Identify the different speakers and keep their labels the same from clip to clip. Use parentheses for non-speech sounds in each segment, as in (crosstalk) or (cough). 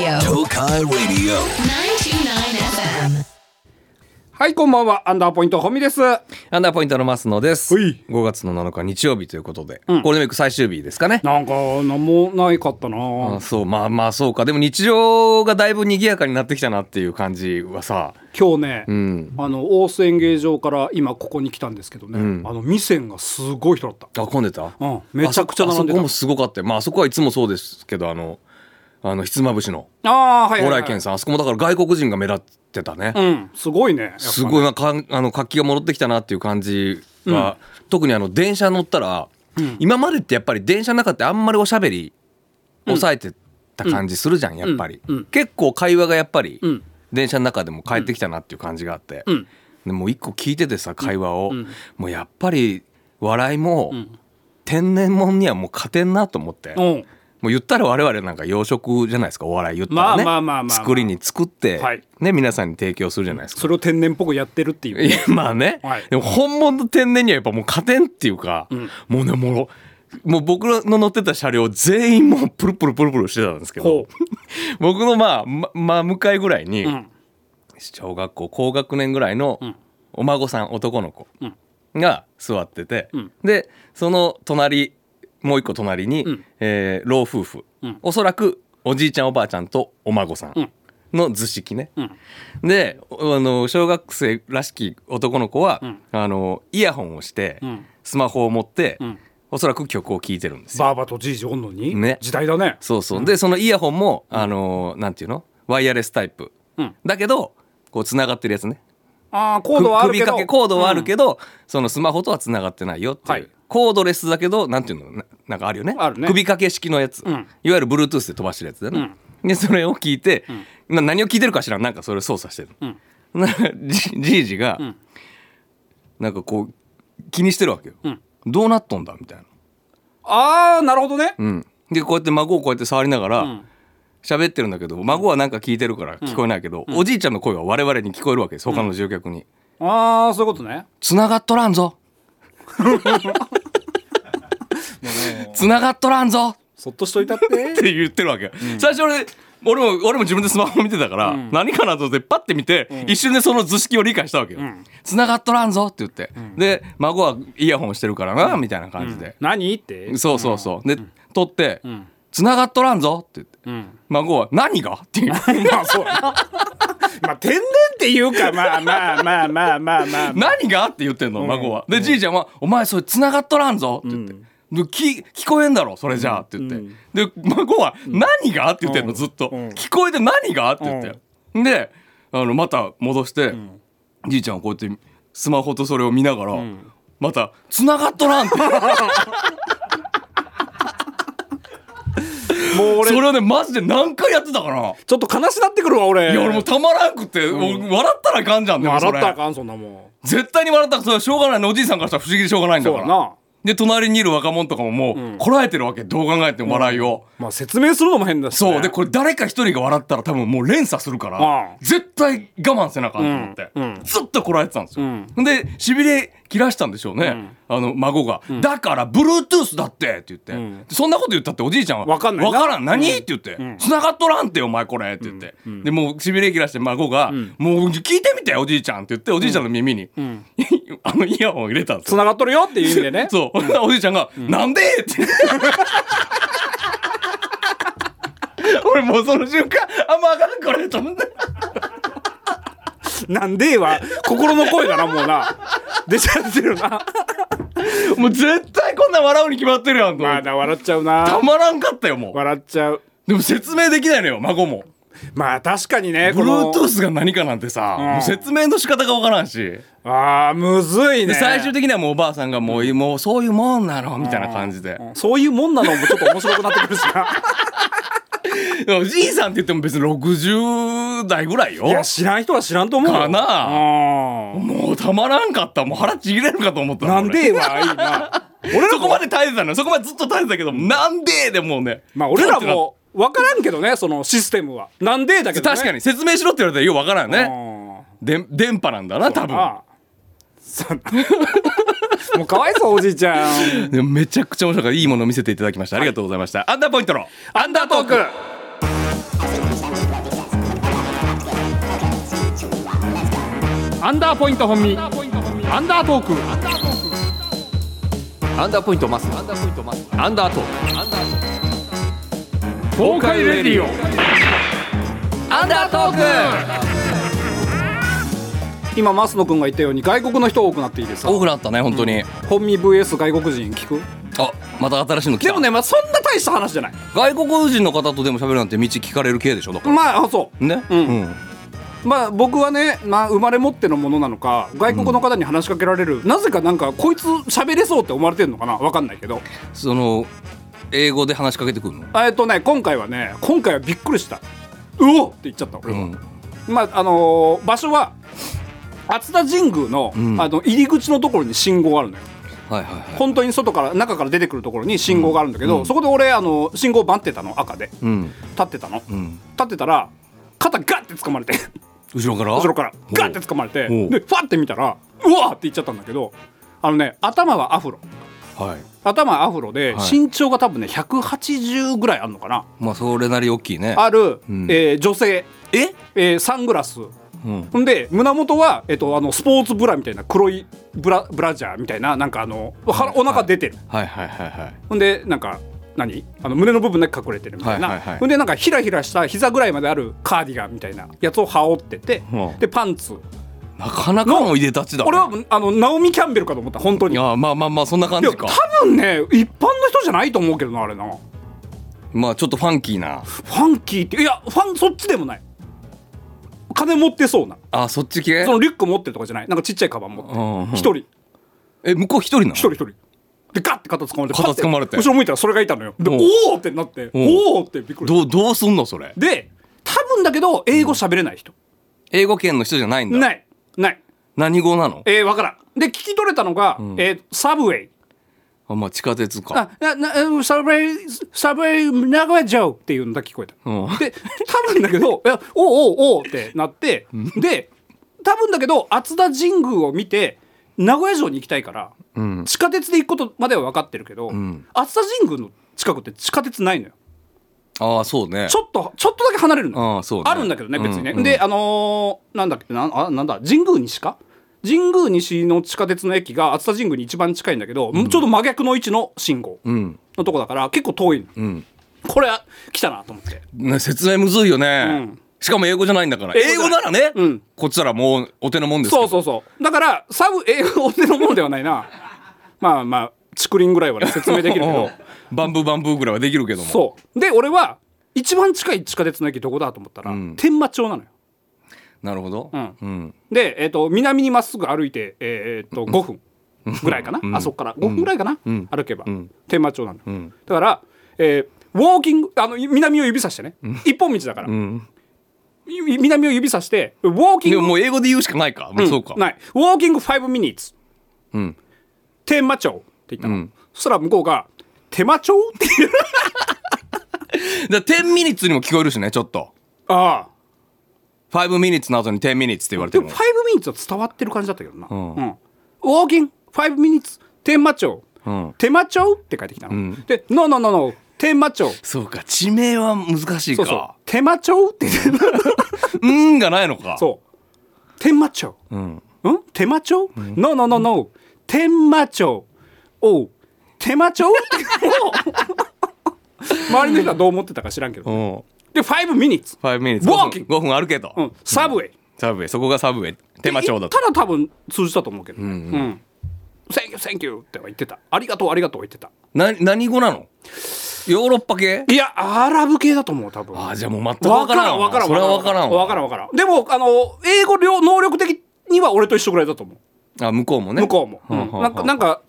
Speaker 1: Sakai Radio.
Speaker 2: 929 FM.
Speaker 3: はい、こんばんは。アンダーポイント、ホミです。な
Speaker 4: アンダーポイントのマスノです。
Speaker 3: ほい
Speaker 4: 5月の7日日曜日ということで、ゴールデンウィーク最終日ですかね。
Speaker 3: んか、なんもないかったな
Speaker 4: あそうまあまあそうかでも日常がだいぶ賑やかになってきたなっていう感じはさ、
Speaker 3: 今日ね、
Speaker 4: うん、
Speaker 3: あの、大須演芸場から今ここに来たんですけどね、
Speaker 4: ん
Speaker 3: あの、店がすごい人だった。
Speaker 4: あ混んでた、
Speaker 3: うんめちゃくちゃ並んでた
Speaker 4: あそこあそこもすごかったよまああそこはいつもそうですけどあのあのひつまぶしの
Speaker 3: ああ、はい、
Speaker 4: 蓬
Speaker 3: はい。
Speaker 4: 莱健さんあそこもだから外国人が目立ってたね、
Speaker 3: うん、すごいね。やっぱね
Speaker 4: すごいなかんあの活気が戻ってきたなっていう感じは、特にあの電車乗ったら、今までってやっぱり電車の中ってあんまりおしゃべり抑えてた感じするじゃん、やっぱり、
Speaker 3: うんうん
Speaker 4: 結構会話がやっぱり、
Speaker 3: うん
Speaker 4: 電車の中でも帰ってきたなっていう感じがあって、
Speaker 3: うん
Speaker 4: でもう一個聞いててさ会話を、
Speaker 3: うん
Speaker 4: もうやっぱり笑いも、
Speaker 3: ん
Speaker 4: 天然もんにはもう勝てんなと思って、
Speaker 3: う
Speaker 4: も
Speaker 3: ん。
Speaker 4: う言ったら我々なんか洋食じゃないですかお笑い言った
Speaker 3: まあ
Speaker 4: らね、
Speaker 3: まあまあまあまあ
Speaker 4: 作りに作って、
Speaker 3: はい
Speaker 4: ね皆さんに提供するじゃないですか
Speaker 3: それを天然っぽくやってるっていう。
Speaker 4: いやまあね、
Speaker 3: はい
Speaker 4: でも本物の天然にはやっぱもう勝てんっていうか、
Speaker 3: ん
Speaker 4: もうねもうもう僕の乗ってた車両全員もうプルプルプルプルしてたんですけど
Speaker 3: ほ
Speaker 4: 僕のまあま真向かいぐらいに、
Speaker 3: う。うん。
Speaker 4: 小学校高学年ぐらいの
Speaker 3: ん
Speaker 4: お孫さん男の子
Speaker 3: うん
Speaker 4: が座ってて、
Speaker 3: うん
Speaker 4: でその隣もう一個隣に、
Speaker 3: うん
Speaker 4: えー老夫婦、
Speaker 3: うん
Speaker 4: おそらくおじいちゃんおばあちゃんとお孫さ
Speaker 3: うん
Speaker 4: んの図式ね、
Speaker 3: うん。
Speaker 4: でおあの小学生らしき男の子は、
Speaker 3: うん
Speaker 4: あのイヤホンをして、
Speaker 3: うん
Speaker 4: スマホを持って、
Speaker 3: うん
Speaker 4: おそらく曲を聴いてるんですよ。
Speaker 3: ばあばとじいじおんのに、
Speaker 4: ね
Speaker 3: 時代だね。
Speaker 4: そうそうでそのイヤホンも、あのなんていうのワイヤレスタイプ、
Speaker 3: うん
Speaker 4: だけどこうつながってるやつね
Speaker 3: ああ、コードはある
Speaker 4: 首
Speaker 3: けど。
Speaker 4: 掛けコードはある
Speaker 3: ど。
Speaker 4: けど、そのスマホとはつながってないよっていう、
Speaker 3: はい
Speaker 4: コードレスだけどなんていうのななんかあるよね
Speaker 3: あるね
Speaker 4: 首掛け式のやつ、
Speaker 3: うん
Speaker 4: いわゆる Bluetooth で飛ばしてるやつだよね、でそれを聞いて、な何を聞いてるか知らんなんかそれを操作してる、なじじいじが、
Speaker 3: ん
Speaker 4: なんかこう気にしてるわけよ、
Speaker 3: ん
Speaker 4: どうなっとんだみたいな、
Speaker 3: ああ、なるほどね。
Speaker 4: うん、でこうやって孫をこうやって触りながら、
Speaker 3: ん
Speaker 4: 喋ってるんだけど孫はなんか聞いてるから聞こえないけど、おじいちゃんの声が我々に聞こえるわけです他の乗客に、
Speaker 3: ああ、そういうことね。
Speaker 4: 繋がっとらん (laughs) ぞ繋がっとらんぞ
Speaker 3: そっとしといた
Speaker 4: (laughs)
Speaker 3: って
Speaker 4: っ。て言ってるわけよ、最初俺俺も俺も自分でスマホ見てたから、何かなと思ってパッて見て、一瞬でその図式を理解したわけよ、繋がっとらんぞって言って、で孫はイヤホンしてるからな、みたいな感じで、
Speaker 3: 何って。
Speaker 4: そうそうそうで、取って、繋がっとらんぞって言って、
Speaker 3: ん
Speaker 4: 孫は何がって (laughs) いう
Speaker 3: まあそうやな。まあ天然っていうかまあまあまあまあまあまあ。
Speaker 4: 何がって言ってんの孫は、でじいちゃんは「お前それ繋がっとらんぞ」って言って。でき聞こえんだろそれじゃあって言って、で孫は「何が?」って言ってんのずっと、聞こえて「何が?」って言って、であのまた戻して、じいちゃんはこうやってスマホとそれを見ながら、また「繋がっとら (laughs) ん」って
Speaker 3: もう
Speaker 4: そ
Speaker 3: 俺
Speaker 4: れをねマジで何回やってたかな、
Speaker 3: ちょっと悲しなってくるわ俺。
Speaker 4: いや俺もうたまらんくって、もう笑ったらいかんじゃんでも
Speaker 3: 洗
Speaker 4: そ
Speaker 3: っ
Speaker 4: れ
Speaker 3: たらあかんそんなも
Speaker 4: 絶対に笑ったらそれはしょうがないのおじいさんからしたら不思議でしょうがない
Speaker 3: ん。
Speaker 4: んだ
Speaker 3: そう
Speaker 4: か
Speaker 3: や
Speaker 4: ら
Speaker 3: な。
Speaker 4: で隣にいる若者とかももうこらえてるわけ、どう考えても笑いを、
Speaker 3: まあ説明するのも変だし、ね。
Speaker 4: そうでこれ誰か一人が笑ったら多分もう連鎖するから、
Speaker 3: うん
Speaker 4: 絶対我慢せなあかんと思って、
Speaker 3: うんうん
Speaker 4: ずっとこらえてたんですよ、
Speaker 3: う
Speaker 4: でしびれ切らしたんでしょうね、あの孫が、だから Bluetooth だって」って言って、
Speaker 3: ん
Speaker 4: そんなこと言ったっておじいちゃんは
Speaker 3: わかんないな
Speaker 4: わからん何、って言って、繋がっとらんってお前これ」って言って、でもうしびれ切らして孫が、もう聞いてみておじいちゃん」って言っておじいちゃんの耳に、 (laughs) あのイヤホンを入れたんですよ
Speaker 3: 繋がっとるよっていう意味でね。
Speaker 4: (laughs) そう、おじいちゃんが「なんで?」 (laughs) って俺もうその瞬間あんまあかんこれと思って (laughs)
Speaker 3: なんでは心の声だなもうな。出ちゃってるな。
Speaker 4: もう絶対こんなん笑うに決まってるやんと思
Speaker 3: ま
Speaker 4: って
Speaker 3: だ笑っちゃう
Speaker 4: た
Speaker 3: な。
Speaker 4: まらんかったよもう
Speaker 3: 笑っちゃう。
Speaker 4: でも説明できないのよ孫も
Speaker 3: まあ確かにね。この
Speaker 4: Bluetooth が何かなんてさ、
Speaker 3: ん
Speaker 4: もう説明の仕方がわからんし、
Speaker 3: ああむずいね。
Speaker 4: で最終的にはもうおばあさんがもう,、もうそういうもんなのみたいな感じで、
Speaker 3: そういうもんなのもちょっと面白くなってくるしな。
Speaker 4: (laughs) でもおじいさんって言っても別に60代ぐらいよ
Speaker 3: いや知らん人は知らんと思うよ。
Speaker 4: かな
Speaker 3: あー
Speaker 4: もうたまらんかったもう腹ちぎれるかと思ったの
Speaker 3: なんで
Speaker 4: 俺
Speaker 3: はいいな。 (laughs) 俺ら
Speaker 4: そこ
Speaker 3: も
Speaker 4: まで耐えてたのよそこまでずっと耐えてたけど、なんででもうね。
Speaker 3: まあ俺らも分からんけどねそのシステムはなんでだけど、ね、
Speaker 4: 確かに説明しろって言われたらようわからんね。
Speaker 3: ね
Speaker 4: で電波なんだな、多分。
Speaker 3: あそんな (laughs) もうかわいそうおじいちゃん
Speaker 4: でもめちゃくちゃ面白かった。いいものを見せていただきました。ありがとうございました。アンダーポイントのアンダートーク。
Speaker 3: アンダーポイント本身アンダートーク
Speaker 1: アンダーポイントマスアンダーポイントマスアンダート
Speaker 3: 東海レディオ
Speaker 1: アンダートーク
Speaker 3: 今増野くんが言ったように外国の人多くなっていてさ
Speaker 4: 多くなったね本当に、
Speaker 3: 本身 VS 外国人聞く
Speaker 4: あまた新しいの来た
Speaker 3: でもね、まあ、そんな大した話じゃない
Speaker 4: 外国人の方とでも喋るなんて道聞かれる系でしょだか
Speaker 3: まああそう
Speaker 4: らね
Speaker 3: うん
Speaker 4: うん
Speaker 3: まあ僕はね、まあ、生まれ持ってのものなのか外国の方に話しかけられる、なぜかなんかこいつ喋れそうって思われてるのかなわかんないけど
Speaker 4: その英語で話しかけてくるの
Speaker 3: えっとね今回はね今回はびっくりした「うおっ!」って言っちゃった俺は、
Speaker 4: うん
Speaker 3: まああのー場所は熱田神宮の,、
Speaker 4: ん
Speaker 3: あの入り口のところに信号があるのよ
Speaker 4: はいはいはい
Speaker 3: 本当に外から中から出てくるところに信号があるんだけど、そこで俺あの信号待ってたの赤で
Speaker 4: うん
Speaker 3: 立ってたの、
Speaker 4: うん
Speaker 3: 立ってたら肩ガッて掴まれ
Speaker 4: (laughs)
Speaker 3: て
Speaker 4: 後ろから
Speaker 3: 後ろから
Speaker 4: おう
Speaker 3: ガッて掴まれて
Speaker 4: おう
Speaker 3: でファッて見たらうわーって言っちゃったんだけどあのね頭はアフロ
Speaker 4: はい
Speaker 3: 頭はアフロで、
Speaker 4: はい
Speaker 3: 身長が多分ね180ぐらいあるのかな
Speaker 4: まあそれなり大きいね
Speaker 3: ある、
Speaker 4: うん
Speaker 3: えー女性、
Speaker 4: え
Speaker 3: えーサングラス
Speaker 4: うん
Speaker 3: ほんで胸元は、えっとあのスポーツブラみたいな黒いブラブラジャーみたいななんかあのはお腹出てる、
Speaker 4: はいはいはいはい
Speaker 3: ほんでなんか何あの胸の部分だけ隠れてるみたいな、
Speaker 4: はいはいはい
Speaker 3: ほんでなんかひらひらした膝ぐらいまであるカーディガンみたいなやつを羽織ってて、
Speaker 4: うん
Speaker 3: でパンツ
Speaker 4: なかなかのいでたちだね
Speaker 3: 俺はあのナオミ・キャンベルかと思った本当
Speaker 4: い
Speaker 3: にいや
Speaker 4: やまあまあまあそんな感じか
Speaker 3: 多分ね一般の人じゃないと思うけどなあれなフ
Speaker 4: まあちょっとファンキーな
Speaker 3: ァンキーっていやファンそっちでもない金持ってそうな
Speaker 4: あそっち系
Speaker 3: そのリュック持ってるとかじゃないなんかちっちゃいカバン持って
Speaker 4: うんうん
Speaker 3: 一、人
Speaker 4: え向こう一人なの
Speaker 3: 一人一人でガッて肩掴まれて
Speaker 4: 肩掴まれ
Speaker 3: パ
Speaker 4: て
Speaker 3: ッ後ろ向いたらそれがいたのよで
Speaker 4: うん
Speaker 3: おおってなって
Speaker 4: ん
Speaker 3: おおってびっくりし
Speaker 4: どうどうすんのそれ
Speaker 3: たで多分だけど英語喋れない人、
Speaker 4: 英語圏の人じゃないんだ
Speaker 3: ないない
Speaker 4: 何語なの
Speaker 3: えー、わからんで聞き取れたのが、えーサブウェイ
Speaker 4: あまあ地下鉄か
Speaker 3: あななうんサブウェイサブウェイ名古屋城っていうのだけ聞こえた、
Speaker 4: うん
Speaker 3: で多分だけ
Speaker 4: (laughs)
Speaker 3: どいやおうおうおうってなってで多分だけど厚田神宮を見て名古屋城に行きたいから、
Speaker 4: うん
Speaker 3: 地下鉄で行くことまでは分かってるけど、
Speaker 4: ん
Speaker 3: 厚田神宮の近くって地下鉄ないのよ
Speaker 4: ああそうね
Speaker 3: ちょっとちょっとだけ離れるのよ
Speaker 4: ああそうね
Speaker 3: るんだけどね別にね、
Speaker 4: うんうん
Speaker 3: であのーなんだっけなあなんだ神宮西か神宮西の地下鉄の駅が厚田神宮に一番近いんだけど、ちょうど真逆の位置の信号
Speaker 4: うん
Speaker 3: のとこだから結構遠いの、
Speaker 4: うん
Speaker 3: これは来たなと思って
Speaker 4: ね説明むずいよね、
Speaker 3: うん
Speaker 4: しかも英語じゃないんだから
Speaker 3: 英
Speaker 4: 英
Speaker 3: 語
Speaker 4: 語
Speaker 3: じゃな
Speaker 4: ならね、
Speaker 3: うん
Speaker 4: こっちならもうお手のもんですけ
Speaker 3: そう
Speaker 4: ど
Speaker 3: そうそうだからサブ英語お手のものではないな (laughs) まあまあ竹林ぐらいは
Speaker 4: (laughs)
Speaker 3: ね説明できるけ
Speaker 4: う
Speaker 3: ど
Speaker 4: んバンブーバンブーぐらいはできるけども
Speaker 3: そうで俺は一番近い地下鉄の駅どこだと思ったら、
Speaker 4: ん
Speaker 3: 天満町なのよ
Speaker 4: なるほど
Speaker 3: うん
Speaker 4: うん
Speaker 3: で、えー、と南にまっすぐ歩いて、えー、と5分ぐらいかな、あそこから5分ぐらいかな、
Speaker 4: ん
Speaker 3: 歩けば、
Speaker 4: ん
Speaker 3: 天満町なのよ、
Speaker 4: ん
Speaker 3: だから、えーウォーキングあのい南を指さしてね、一本道だから、
Speaker 4: うん
Speaker 3: いい南を指さしてウォーキン
Speaker 4: で
Speaker 3: グ
Speaker 4: ももう英語で言うしかないか、もうそうか
Speaker 3: ないウォーキング5ミニッツ
Speaker 4: うん
Speaker 3: 天満町って言ったの、
Speaker 4: うん
Speaker 3: そしたら向こうが「手
Speaker 4: (laughs)
Speaker 3: 間町?」っていう
Speaker 4: だから10ミニッツにも聞こえるしねちょっと
Speaker 3: ああ
Speaker 4: 5ミニッツの後に10ミニッツって言われて
Speaker 3: で
Speaker 4: も
Speaker 3: も5ミニッツは伝わってる感じだったけどな、
Speaker 4: ん
Speaker 3: うんウォーキング5ミニッツ天満町、
Speaker 4: うん
Speaker 3: 手間町って書いてきたの、
Speaker 4: ん
Speaker 3: で「ノーノーノーノー天満町」
Speaker 4: そうか地名は難しい
Speaker 3: そ
Speaker 4: か
Speaker 3: うそう「手間町」って言ってる
Speaker 4: うーんがないのか
Speaker 3: そう「天満町」
Speaker 4: う、ん、
Speaker 3: うん「手間町」ノーノーノーノー天満町」おう「手間町」って言うの周りの人はどう思ってたか知らんけど、
Speaker 4: うん、
Speaker 3: で5ミニッツ
Speaker 4: 5ミニッツ
Speaker 3: Walking
Speaker 4: 5分歩けと、
Speaker 3: うん、サブウェイ、
Speaker 4: サブウェイそこがサブウェイ手間町だと
Speaker 3: ただ多分通じたと思うけどねうん「Thank you thank you」っては言ってた「ありがとうありがとう」言ってた
Speaker 4: な何語なのヨーロッパ系
Speaker 3: いやアラブ系だと思う多分
Speaker 4: あーじゃあもう全く分からんわ
Speaker 3: わからん
Speaker 4: それは分からんわ
Speaker 3: わからんわからんでもあの英語量能力的には俺と一緒ぐらいだと思う
Speaker 4: あ向こうもね
Speaker 3: 向こうも、うん
Speaker 4: はあはあ
Speaker 3: なんかなんか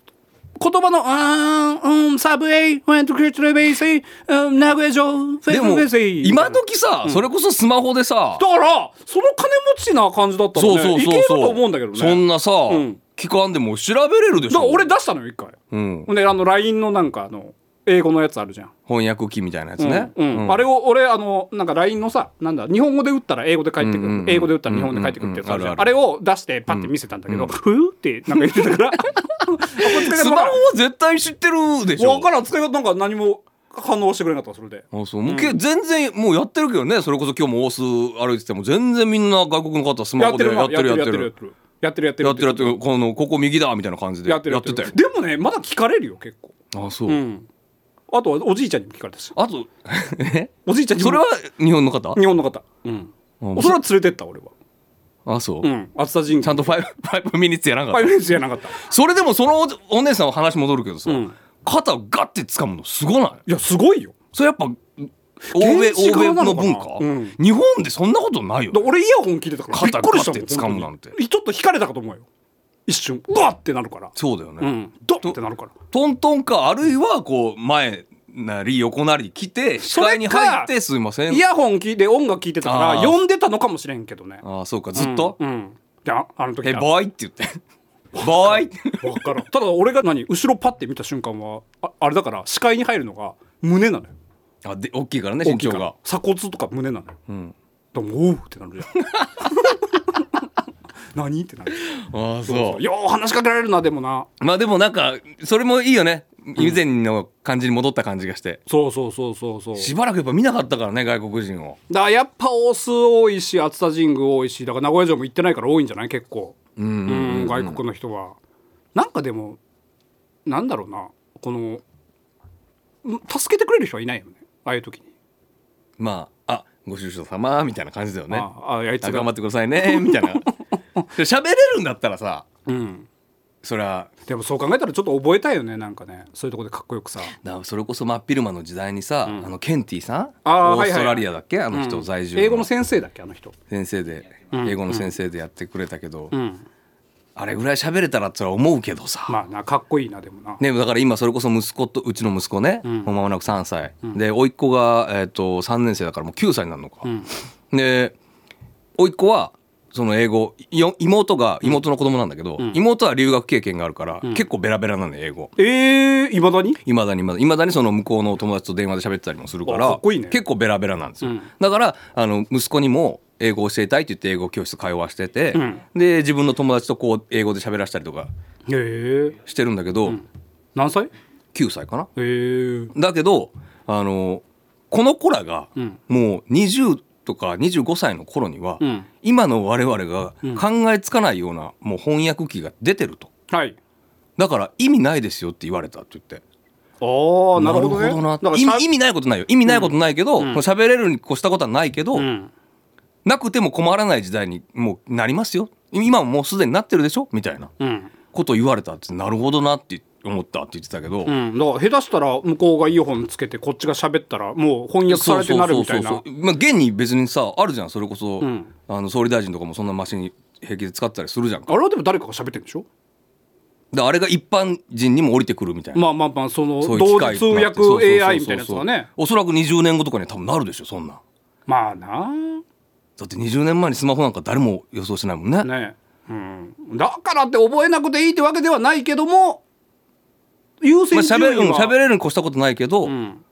Speaker 3: 言葉の「あーうんサブウェイウェントクリストレベイセイうん名古屋城フェイ
Speaker 4: で
Speaker 3: フェ
Speaker 4: も
Speaker 3: イフェイセイ」
Speaker 4: 今時さ、それこそスマホでさ
Speaker 3: だからその金持ちな感じだったら、ね、
Speaker 4: そうそう
Speaker 3: いけ
Speaker 4: そう
Speaker 3: る
Speaker 4: そう
Speaker 3: と思うんだけどね
Speaker 4: そんなさ、
Speaker 3: ん
Speaker 4: 聞かんでも調べれるでし
Speaker 3: だ
Speaker 4: ょ
Speaker 3: から俺出したのよ一回
Speaker 4: うん
Speaker 3: ほ、んであの LINE のなんかあの英語のやつあるじゃん、
Speaker 4: 翻訳機みたいなやつね、
Speaker 3: うんうん
Speaker 4: うん
Speaker 3: あれを俺あのなんか LINE のさなんだ日本語で打ったら英語で返ってくる、
Speaker 4: うんうんうん
Speaker 3: 英語で打ったら日本語で返ってくるってやつあるじゃん、
Speaker 4: うんうんあ
Speaker 3: あれを出してパッて見せたんだけど「ふう?」ってなんか言ってたから
Speaker 4: (laughs) スマホは絶対知ってるでしょ
Speaker 3: 分からん使い方なんか何も反応してくれなかったそれで
Speaker 4: あそうもうけ全然もうやってるけどねそれこそ今日も大須歩いてても全然みんな外国の方はスマ
Speaker 3: やっ
Speaker 4: ホ
Speaker 3: て
Speaker 4: で
Speaker 3: るな
Speaker 4: やってるやってる
Speaker 3: やってるやってるやってるやってる
Speaker 4: やってるやってるこのここ右だみたいな感じで
Speaker 3: やってるやって
Speaker 4: たよ
Speaker 3: るでもねまだ聞かれるよ結構
Speaker 4: あそう、
Speaker 3: うんあとはおじいちゃんにも聞かれたし
Speaker 4: あと (laughs) え
Speaker 3: おじいちゃんにも
Speaker 4: それは日本の方
Speaker 3: 日本の方うん
Speaker 4: うん
Speaker 3: それは連れてった俺は
Speaker 4: あそう、
Speaker 3: うん熱田神宮
Speaker 4: ちゃんとファイブファイブミニッツやらなか
Speaker 3: パ
Speaker 4: っ
Speaker 3: イ
Speaker 4: た
Speaker 3: レーツじゃなかった
Speaker 4: それでもそのお姉さんは話戻るけどさ、
Speaker 3: うん
Speaker 4: 肩をガッて掴むのすごない
Speaker 3: いやすごいよ
Speaker 4: それやっぱ欧米
Speaker 3: 現地
Speaker 4: 欧米
Speaker 3: 側な
Speaker 4: の
Speaker 3: のかな
Speaker 4: 文化、
Speaker 3: うん
Speaker 4: 日本でそんなことないよ
Speaker 3: だ俺イヤホン聞いてたからびっ
Speaker 4: 肩
Speaker 3: くりしたもん
Speaker 4: ガッて掴むなんて
Speaker 3: 本当にちょっと引かれたかと思うよ一瞬うわってなるから
Speaker 4: そうだよね、
Speaker 3: うんドッってなるから
Speaker 4: トントンかあるいはこう前なり横なり来て視界に入っ
Speaker 3: それ
Speaker 4: て
Speaker 3: か
Speaker 4: すいません
Speaker 3: イヤホン聞いて音楽聞いてたか
Speaker 4: あ
Speaker 3: ら
Speaker 4: ー
Speaker 3: 呼んでたのかもしれんけどね
Speaker 4: ああそうかずっと「
Speaker 3: うんうんいやあの時
Speaker 4: え
Speaker 3: だ
Speaker 4: ボーイ」って言って「ボ
Speaker 3: (laughs)
Speaker 4: ーイ」
Speaker 3: わからんただ俺が何後ろパッて見た瞬間はああれだから視界に入るのが胸なのよ
Speaker 4: あで大きいからね
Speaker 3: 大
Speaker 4: 身
Speaker 3: きい
Speaker 4: 長
Speaker 3: から
Speaker 4: が
Speaker 3: 鎖骨とか胸なのよ
Speaker 4: うん
Speaker 3: でもおうってなるじゃん
Speaker 4: (laughs)
Speaker 3: 何ってなる
Speaker 4: ああ
Speaker 3: そ
Speaker 4: そう
Speaker 3: よう話しかけられるなでもな
Speaker 4: うまあでもなんかそれもいいよね以前の感じに戻った感じがして、
Speaker 3: そうそうそうそうそう
Speaker 4: しばらくやっぱ見なかったからね外国人を
Speaker 3: だからやっぱ大須多いし熱田神宮多いしだから名古屋城も行ってないから多いんじゃない結構
Speaker 4: うんうん
Speaker 3: うん,、外国の人はなんかでもなんだろうなこのうん助けてくれる人はいないよねああいう時に、
Speaker 4: まああご愁傷様みたいな感じだよね
Speaker 3: ああああいつ
Speaker 4: あ
Speaker 3: が
Speaker 4: 頑張ってくださいねみたい
Speaker 3: (laughs)
Speaker 4: なで喋れるんだったらさ
Speaker 3: うん、
Speaker 4: そりゃ
Speaker 3: でもそう考えたらちょっと覚えたいよねなんかねそういうとこでかっこよくさ
Speaker 4: だそれこそ真っ昼間の時代にさ、あのケンティさん
Speaker 3: あー
Speaker 4: オーストラ
Speaker 3: はいはい
Speaker 4: リアだっけあの人在住
Speaker 3: 英語の先生だっけあの人
Speaker 4: 先生で、英語の先生でやってくれたけど、
Speaker 3: うん
Speaker 4: あれぐらい喋れたらってのは思うけどさ、
Speaker 3: まあなかっこいいなでもな、
Speaker 4: ね、だから今それこそ息子とうちの息子ね、もう間もなく3歳、で甥っ子が、えー、と3年生だからもう9歳になるのか、で甥っ子はその英語よ妹が妹の子供なんだけど、妹は留学経験があるから、結構ベラベラなのよ英語
Speaker 3: ええいまだに
Speaker 4: いまだにいまだに未だにその向こうの友達と電話で喋ってたりもするから
Speaker 3: あかっこいいね
Speaker 4: 結構ベラベラなんですよ、
Speaker 3: うん
Speaker 4: だからあの息子にも英語を教えたいって言って英語教室通わしてて、
Speaker 3: うん
Speaker 4: で自分の友達とこう英語で喋らせたりとか
Speaker 3: ええ
Speaker 4: してるんだけど、
Speaker 3: 何歳
Speaker 4: 9歳かな
Speaker 3: ええ
Speaker 4: だけどあのこの子らが
Speaker 3: ん
Speaker 4: もう20とか25歳の頃には、
Speaker 3: うん
Speaker 4: 今の我々が考えつかないようなもう翻訳機が出てると
Speaker 3: はい
Speaker 4: だから意味ないですよって言われたって言って
Speaker 3: ああなるほどねだ
Speaker 4: な
Speaker 3: から
Speaker 4: 意
Speaker 3: しゃ
Speaker 4: 味意味ないことないよ意味ないことないけど、
Speaker 3: ん
Speaker 4: もう喋れるに越したことはないけど、
Speaker 3: うん
Speaker 4: なくても困らない時代にもうなりますよ今ももうすでになってるでしょみたいな
Speaker 3: うん
Speaker 4: ことを言われたってなるほどなって思ったって言ってたけど、
Speaker 3: うん、だから下手したら向こうがイヤホンつけてこっちが喋ったらもう翻訳されてなるみたいな
Speaker 4: そうそうそうそうまあ、現に別にさあるじゃんそれこそ、
Speaker 3: ん
Speaker 4: あの総理大臣とかもそんなマシン平気で使ったりするじゃんか
Speaker 3: あれはでも誰かが喋ってるんでしょ
Speaker 4: であれが一般人にも降りてくるみたいな、
Speaker 3: まあまあまあその
Speaker 4: そういう機
Speaker 3: 同
Speaker 4: 会
Speaker 3: 時通
Speaker 4: になって
Speaker 3: 訳
Speaker 4: そうそうそうそう
Speaker 3: AI みたいなやつはね
Speaker 4: おそらく20年後とかには多分なるでしょそんなん
Speaker 3: まあな
Speaker 4: だって20年前にスマホなんか誰も予想してないもんね
Speaker 3: あね、うん、だからって覚えなくていいってわけではないけども優
Speaker 4: ま
Speaker 3: 先
Speaker 4: あ、
Speaker 3: 順
Speaker 4: 喋れる
Speaker 3: 位
Speaker 4: うん
Speaker 3: は、
Speaker 4: 喋れるに越したことないけど
Speaker 3: ん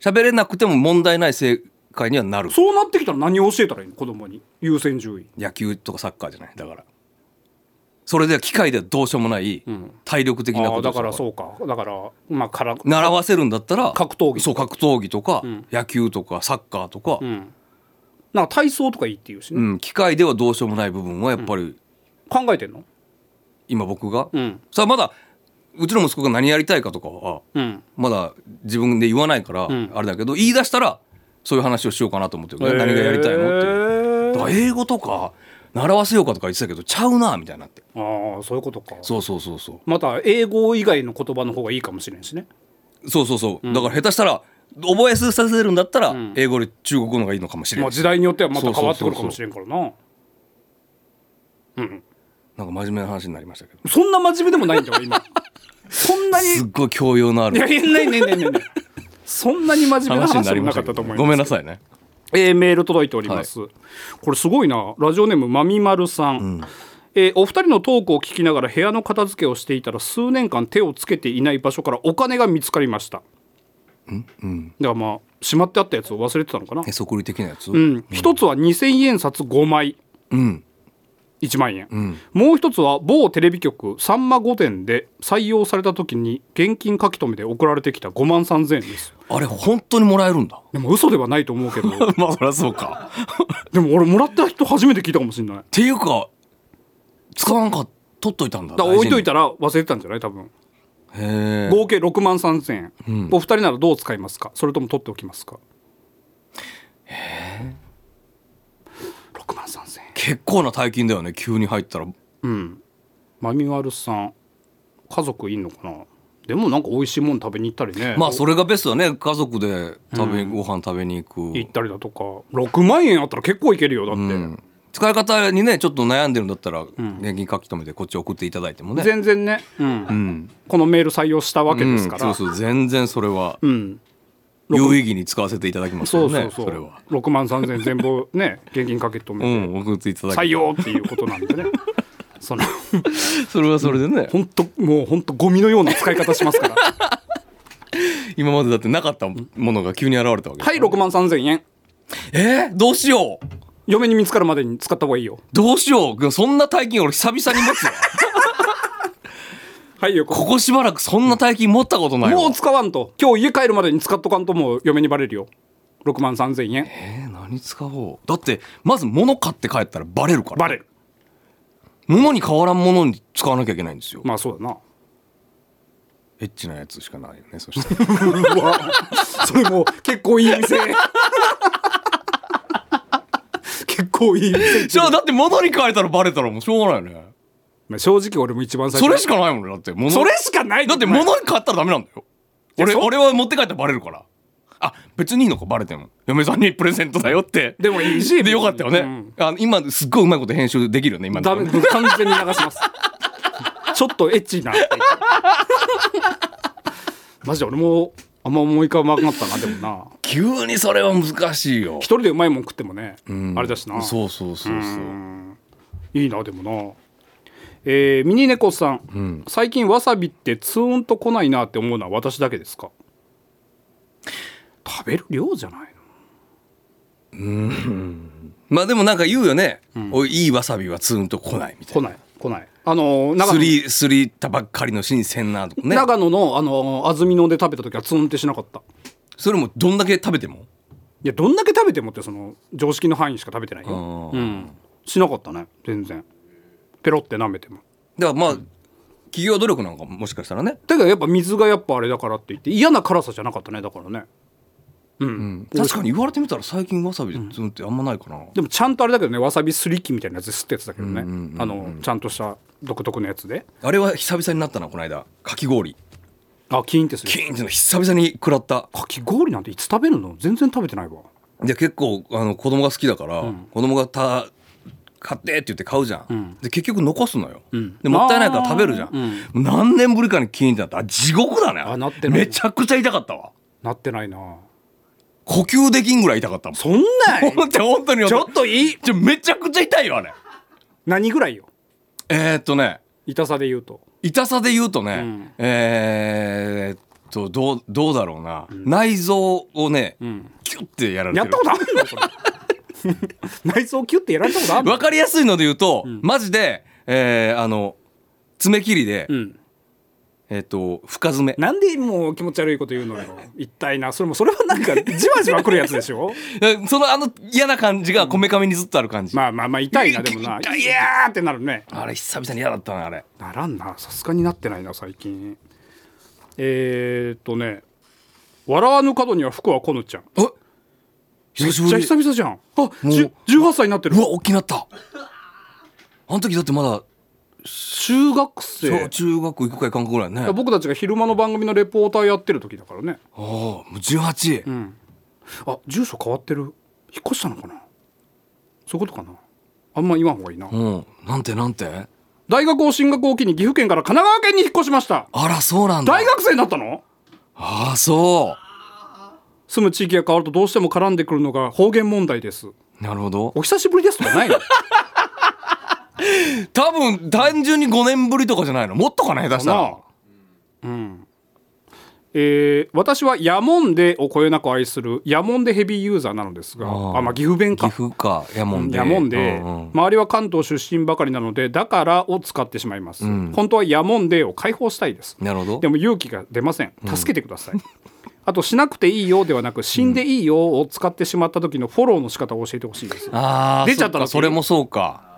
Speaker 4: 喋、れなくても問題ない正解にはなる
Speaker 3: そうなってきたら何を教えたらいいの子供に優先順位
Speaker 4: 野球とかサッカーじゃないだからそれでは機械ではどうしようもない体力的
Speaker 3: あ
Speaker 4: な
Speaker 3: あ
Speaker 4: こ
Speaker 3: だ
Speaker 4: とです
Speaker 3: か
Speaker 4: よ
Speaker 3: らそうかだからまあから
Speaker 4: 習わせるんだったら
Speaker 3: 格闘技
Speaker 4: そう格闘技とか、野球とかサッカーとか、うん
Speaker 3: なんか体操とかいいって言うしね、
Speaker 4: 機械ではどうしようもない部分はやっぱり
Speaker 3: 考えてんの
Speaker 4: 今僕が、
Speaker 3: ん
Speaker 4: さあまだうちの息子が何やりたいかとかは
Speaker 3: うん
Speaker 4: まだ自分で言わないからあれだけど、言い出したらそういう話をしようかなと思ってるね、何がやりたいのっていうだから英語とか習わせようかとか言ってたけどちゃうなみたいになって
Speaker 3: ああそういうことか
Speaker 4: そうそうそうそう
Speaker 3: また英語以外の言葉の方がいいかもしれんしね
Speaker 4: そうそうそう、だから下手したら覚えさせるんだったら英語より中国語の方がいいのかもしれ
Speaker 3: まあ
Speaker 4: ない、
Speaker 3: 時代によってはまた変わってくるかもしれんからな
Speaker 4: なんか真面目な話になりましたけど
Speaker 3: そんな真面目でもないんだよ今そんなに
Speaker 4: すっごい教養のあ
Speaker 3: いや
Speaker 4: る
Speaker 3: いやないないないないないそんなに真面目な
Speaker 4: 話
Speaker 3: 話
Speaker 4: にな
Speaker 3: で
Speaker 4: り
Speaker 3: も
Speaker 4: ま
Speaker 3: な
Speaker 4: し
Speaker 3: か
Speaker 4: た
Speaker 3: ったと
Speaker 4: けど
Speaker 3: 思います
Speaker 4: ごめんなさいね
Speaker 3: えーメール届いております、これすごいなラジオネームまみまるさん、えーお二人のトークを聞きながら部屋の片付けをしていたら数年間手をつけていない場所からお金が見つかりましただからまあしまってあったやつを忘れてたのかな
Speaker 4: へそくり的なやつ、
Speaker 3: うん、一つは2000円札5枚、1万円、もう一つは某テレビ局「さんま御殿」で採用された時に現金書き留めで送られてきた5万3000円です
Speaker 4: あれ本当にもらえる
Speaker 3: (laughs)
Speaker 4: んだ
Speaker 3: でも嘘ではないと思うけ (laughs) ど
Speaker 4: まあそりゃそうかっ
Speaker 3: でも俺もらった人初めて聞いたかもしれない
Speaker 4: ていうか使わんか取っといたんだ
Speaker 3: だから置いといたら忘れてたんじゃない多分
Speaker 4: 大事にへえ
Speaker 3: 合計6万3000円、お二人ならどう使いますかそれとも取っておきますか6万3000円
Speaker 4: 結構な大金だよね急に入ったら
Speaker 3: うんマミワルさん家族いんのかなでもなんか美味しいもん食べに行ったりね
Speaker 4: まあそれがベストだね家族で食べ、ご飯食べに行く
Speaker 3: 行ったりだとか6万円あったら結構いけるよだって、
Speaker 4: うん使い方にねちょっと悩んでるんだったら現金書き留めてこっち送っていただいてもね
Speaker 3: 全然ね、うんこのメール採用したわけですから、
Speaker 4: うんそうそう全然それは
Speaker 3: うん
Speaker 4: 有意義に使わせていただきます
Speaker 3: そ
Speaker 4: よ
Speaker 3: うそ
Speaker 4: ね
Speaker 3: うそう
Speaker 4: それは
Speaker 3: 6万3000円全部ね (laughs) 現金かけ止
Speaker 4: う
Speaker 3: めて、
Speaker 4: ん送っていただ
Speaker 3: 採
Speaker 4: き
Speaker 3: 用っていうことなん
Speaker 4: (laughs)
Speaker 3: でねその
Speaker 4: それはそれでね
Speaker 3: 本当もう本当ゴミのような使い方します
Speaker 4: (laughs)
Speaker 3: からは
Speaker 4: 今までだってなかったものが急に現れたわけ
Speaker 3: い6万3000円
Speaker 4: えーどうしよう
Speaker 3: 嫁に見つかるまでに使った方がいいよ
Speaker 4: どうしようそんな大金俺久々に持
Speaker 3: (laughs)
Speaker 4: つよ
Speaker 3: はいよ
Speaker 4: ここしばらくそんな大金持ったことないわ
Speaker 3: もう使わんと今日家帰るまでに使っとかんともう嫁にバレるよ6万3000円
Speaker 4: えー何使おうだってまず物買って帰ったらバレるから
Speaker 3: バレる
Speaker 4: 物に変わらんものに使わなきゃいけないんですよ
Speaker 3: まあそうだな
Speaker 4: エッチなやつしかないよねそしたら
Speaker 3: それも結構いい店結構いい店
Speaker 4: じゃあだって物に変えたらバレたらもうしょうがないよね
Speaker 3: まあ正直俺も一番最初
Speaker 4: それしかないもんねだって物
Speaker 3: それしかない
Speaker 4: だって
Speaker 3: も
Speaker 4: 物に変えたらダメなんだよ
Speaker 3: や
Speaker 4: 俺
Speaker 3: そう
Speaker 4: 俺は持って帰ったらバレるからあ別にいいのかバレても嫁さんにプレゼントだよって
Speaker 3: (laughs) でもいいし
Speaker 4: でよかったよね、
Speaker 3: うん
Speaker 4: あの今すっごいうまいこと編集できるよね今の
Speaker 3: ダメ完全に流しますちょっとエッチなって言ってマジで俺もあんま思い浮かばなくなったなでもな
Speaker 4: 急にそれは難しいよ
Speaker 3: 一人でうまいもん食ってもね、あれだしな
Speaker 4: そうそうそうそう
Speaker 3: いいなでもなえーミニ猫さん、最近わさびってツーンと来ないなって思うのは私だけですか食べる量じゃないの
Speaker 4: まあでもなんか言うよね、おいいいわさびはツーンと来ないみたい
Speaker 3: 来
Speaker 4: な
Speaker 3: ない来ないあのー長
Speaker 4: す
Speaker 3: 野,、
Speaker 4: りすりたばっかりの新鮮なとかね
Speaker 3: 長野のあのー安曇野で食べた時はツーンってしなかった
Speaker 4: それもどんだけ食べても
Speaker 3: いやどんだけ食べてもってその常識の範囲しか食べてないよ、
Speaker 4: あ
Speaker 3: う
Speaker 4: ー
Speaker 3: ん、しなかったね全然ペロって舐めても
Speaker 4: だからまあ、企業努力なんかもしかしたらね
Speaker 3: だけどやっぱ水がやっぱあれだからって言って嫌な辛さじゃなかったねだからね
Speaker 4: 確かに言われてみたら最近わさびでツーンってあんまないかな、
Speaker 3: でもちゃんとあれだけどねわさびすり器みたいなやつで吸ってやつだけどね、あのちゃんとした独特のやつで
Speaker 4: あれは久々になったなこの間かき氷
Speaker 3: あキーンってす
Speaker 4: キ
Speaker 3: る
Speaker 4: ーンっての久々に食らった
Speaker 3: かき氷なんていつ食べるの全然食べてないわ
Speaker 4: で結構あの子供が好きだから、子供がた買ってって言って買うじゃん、で結局残すのよ、でもったいないから食べるじゃん、何年ぶりかにキーンってなったあ地獄だね
Speaker 3: あなってない
Speaker 4: めちゃくちゃ痛かったわ
Speaker 3: なってないな
Speaker 4: 呼吸できんぐらい痛かったもん
Speaker 3: そんな
Speaker 4: ほんと本当に
Speaker 3: (laughs) ちょっといい
Speaker 4: ちょめちゃくちゃ痛いよあれ
Speaker 3: 何ぐらいよ
Speaker 4: えー、っとね
Speaker 3: 痛さで言うと
Speaker 4: 痛さで言うとね、
Speaker 3: ん
Speaker 4: えーっとどうどうだろうな、内臓をね、キュッてやられて
Speaker 3: や
Speaker 4: る
Speaker 3: ったことある (laughs) のそれ内臓キュッてやられたことあるの
Speaker 4: わかりやすいので言うと、マジで、えーあの爪切りで、
Speaker 3: うん
Speaker 4: えっ、と深爪
Speaker 3: なんでもう気持ち悪いこと言うのよ一体なそれもそれはなんかじわじわくるやつでしょ
Speaker 4: えそのあの嫌な感じがこめかみにずっとある感じ、
Speaker 3: まあまあまあ痛いなでもな「いやー!」ってなるね
Speaker 4: あれ久々に嫌だったなあれ
Speaker 3: ならんなさすがになってないな最近えー、っとね「笑わぬ角には服はこぬちゃん」
Speaker 4: え
Speaker 3: め
Speaker 4: 久
Speaker 3: っ
Speaker 4: し
Speaker 3: ち
Speaker 4: ぶ
Speaker 3: ゃ
Speaker 4: り
Speaker 3: 久々じゃんあじ
Speaker 4: も
Speaker 3: ゅ18歳になってる
Speaker 4: うわ大きなったあの時だってまだ
Speaker 3: 中学
Speaker 4: 小
Speaker 3: 生
Speaker 4: 中学校行くか行かんかぐらいねああ
Speaker 3: 僕たちが昼間の番組のレポーターやってる時だからね
Speaker 4: もう18、
Speaker 3: あ住所変わってる引っ越したのかなそういうことかなあんま言わん方がいいな、
Speaker 4: うん、なんてなんて
Speaker 3: 大学を進学を機に岐阜県から神奈川県に引っ越しました
Speaker 4: あらそうなんだ
Speaker 3: 大学生になったの
Speaker 4: ああそ
Speaker 3: 住む地域が変わるとどうしても絡んでくるのが方言問題です
Speaker 4: うなるほど
Speaker 3: お久しぶりですとかないの
Speaker 4: 多分単純に5年ぶりとかじゃないのもっとかな下手した
Speaker 3: な
Speaker 4: ら
Speaker 3: あうんえー私は「やもんで」をこよなく愛する「やもんでヘビーユーザー」なのですが
Speaker 4: あ
Speaker 3: あ
Speaker 4: あ
Speaker 3: まあ岐阜弁
Speaker 4: 岐
Speaker 3: か
Speaker 4: 阜かやもんで
Speaker 3: やもんで、
Speaker 4: うんうん
Speaker 3: 周りは関東出身ばかりなのでだからを使ってしまいます、本当はやもんでを解放したいです
Speaker 4: なるほど
Speaker 3: でも勇気が出ません助けてください、 (laughs) あとしなくていいよではなく死んでいいよを使ってしまった時のフォローの仕方を教えてほしいです、
Speaker 4: あー
Speaker 3: 出ちゃった
Speaker 4: そ
Speaker 3: の
Speaker 4: っかそれもそうか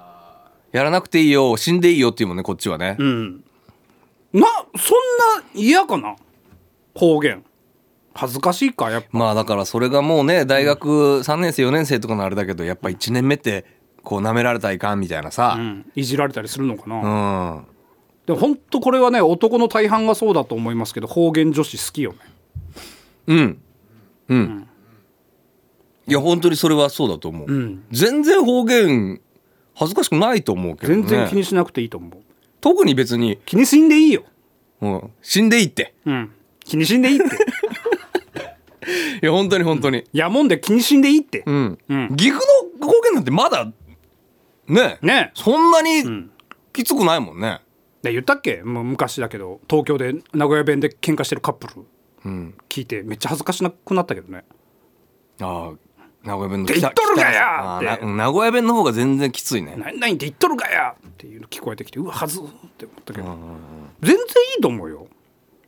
Speaker 4: やらなくていいよ死んでいいよっていうもんねこっちはね、
Speaker 3: うんなそんな嫌かな方言恥ずかしいかやっぱ
Speaker 4: まあだからそれがもうね大学3年生4年生とかのあれだけどやっぱ1年目ってこう舐められたらいかんみたいなさ、
Speaker 3: いじられたりするのかな、
Speaker 4: うん
Speaker 3: でも本当これはね男の大半がそうだと思いますけど方言女子好きよね
Speaker 4: うん。うん。いや、本当にそれはそうだと思う。
Speaker 3: ん
Speaker 4: 全然方言、恥ずかしくないと思うけどね。
Speaker 3: 全然気にしなくていいと思う、
Speaker 4: 特に別に、
Speaker 3: 気にしんでいいよ
Speaker 4: うん、死んでいいって。
Speaker 3: うん気にしんでいいって
Speaker 4: いや、本当に本当に。
Speaker 3: やもんで気にしんでいいって、
Speaker 4: うん。
Speaker 3: うん
Speaker 4: 岐阜の方言なんてまだ、ねえ
Speaker 3: ねえ
Speaker 4: そんなにきつくないもんね。
Speaker 3: で言ったっけもう昔だけど東京で名古屋弁で喧嘩してるカップル聞いてめっちゃ恥ずかしなくなったけどね
Speaker 4: ああ、名古屋弁の
Speaker 3: で言っとるがや
Speaker 4: あ
Speaker 3: って
Speaker 4: ーな名古屋弁の方が全然きついね。
Speaker 3: 何々って言っとるかやっていうの聞こえてきてうわはずって思ったけど全然いいと思うよ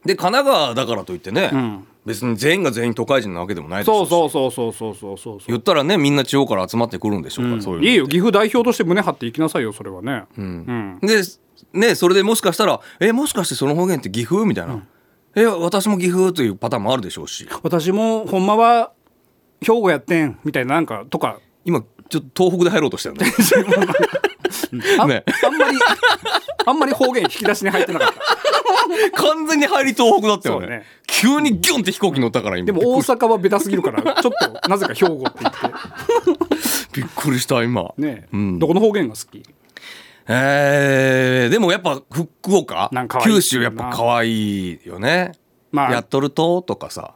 Speaker 4: で、神奈川だからといってね、
Speaker 3: ん
Speaker 4: 別に全員が全員都会人なわけでもないでしょ
Speaker 3: そううそうそうそうそうそうそう
Speaker 4: 言ったらねみんな地方から集まってくるんでしょうから、そういうの
Speaker 3: いいよ岐阜代表として胸張っていきなさいよそれはねうん
Speaker 4: でねそれでもしかしたら「えもしかしてその方言って岐阜?」みたいな「え私も岐阜?」というパターンもあるでしょうし
Speaker 3: 私もほんまは兵庫やってんみたいななんかとか
Speaker 4: 今ちょっと東北で入ろうとしたよね
Speaker 3: (laughs) あ,、
Speaker 4: ね
Speaker 3: あんま
Speaker 4: (laughs)
Speaker 3: りあんまり方言引き出しに入ってなかった
Speaker 4: 完全に入り東北だったよ
Speaker 3: そ
Speaker 4: ね
Speaker 3: うね
Speaker 4: 急にギュンって飛行機乗ったから今
Speaker 3: でも大阪はベタすぎるからちょっとなぜか兵庫って言って
Speaker 4: びっくりした今
Speaker 3: ねえ、
Speaker 4: うん
Speaker 3: どこの方言が好き
Speaker 4: えーでもやっぱ福岡
Speaker 3: なんか可愛い
Speaker 4: 九州やっぱ可愛いよね、
Speaker 3: まあ
Speaker 4: やっとるととかさ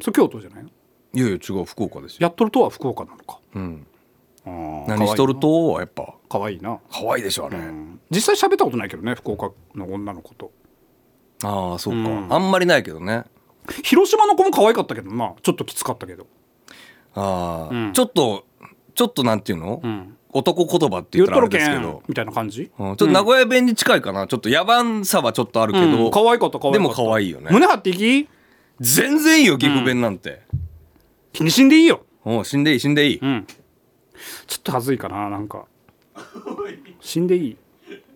Speaker 3: それ京都じゃないの
Speaker 4: いやいや違う福岡ですよ、
Speaker 3: やっとるとは福岡なのか
Speaker 4: うん、
Speaker 3: あー
Speaker 4: 何しとるとはやっぱ
Speaker 3: かわいいな
Speaker 4: 可愛いでしょあれ、
Speaker 3: うん実際喋ったことないけどね福岡の女の子と
Speaker 4: ああそうか、
Speaker 3: うん
Speaker 4: あんまりないけどね
Speaker 3: 広島の子も可愛かったけどなちょっときつかったけど
Speaker 4: ああ、
Speaker 3: うん
Speaker 4: ちょっとちょっとなんていうの、
Speaker 3: うん
Speaker 4: 男言葉って
Speaker 3: 言
Speaker 4: 言
Speaker 3: っ
Speaker 4: っ
Speaker 3: た
Speaker 4: らあ
Speaker 3: とる
Speaker 4: れで
Speaker 3: け
Speaker 4: すけ
Speaker 3: ん
Speaker 4: ど、
Speaker 3: みたいな感じ
Speaker 4: うんちょっと名古屋弁に近いかなちょっと野蛮さはちょっとあるけど、
Speaker 3: うん可愛かった可愛かった
Speaker 4: でも可愛いよね
Speaker 3: 胸張っていき
Speaker 4: 全然いいよ岐阜弁なんて、
Speaker 3: 気にしんでいいよ
Speaker 4: うん、死んでいい死んでいい、
Speaker 3: うんちょっと恥ずいかななん
Speaker 4: (laughs)
Speaker 3: か死んでいい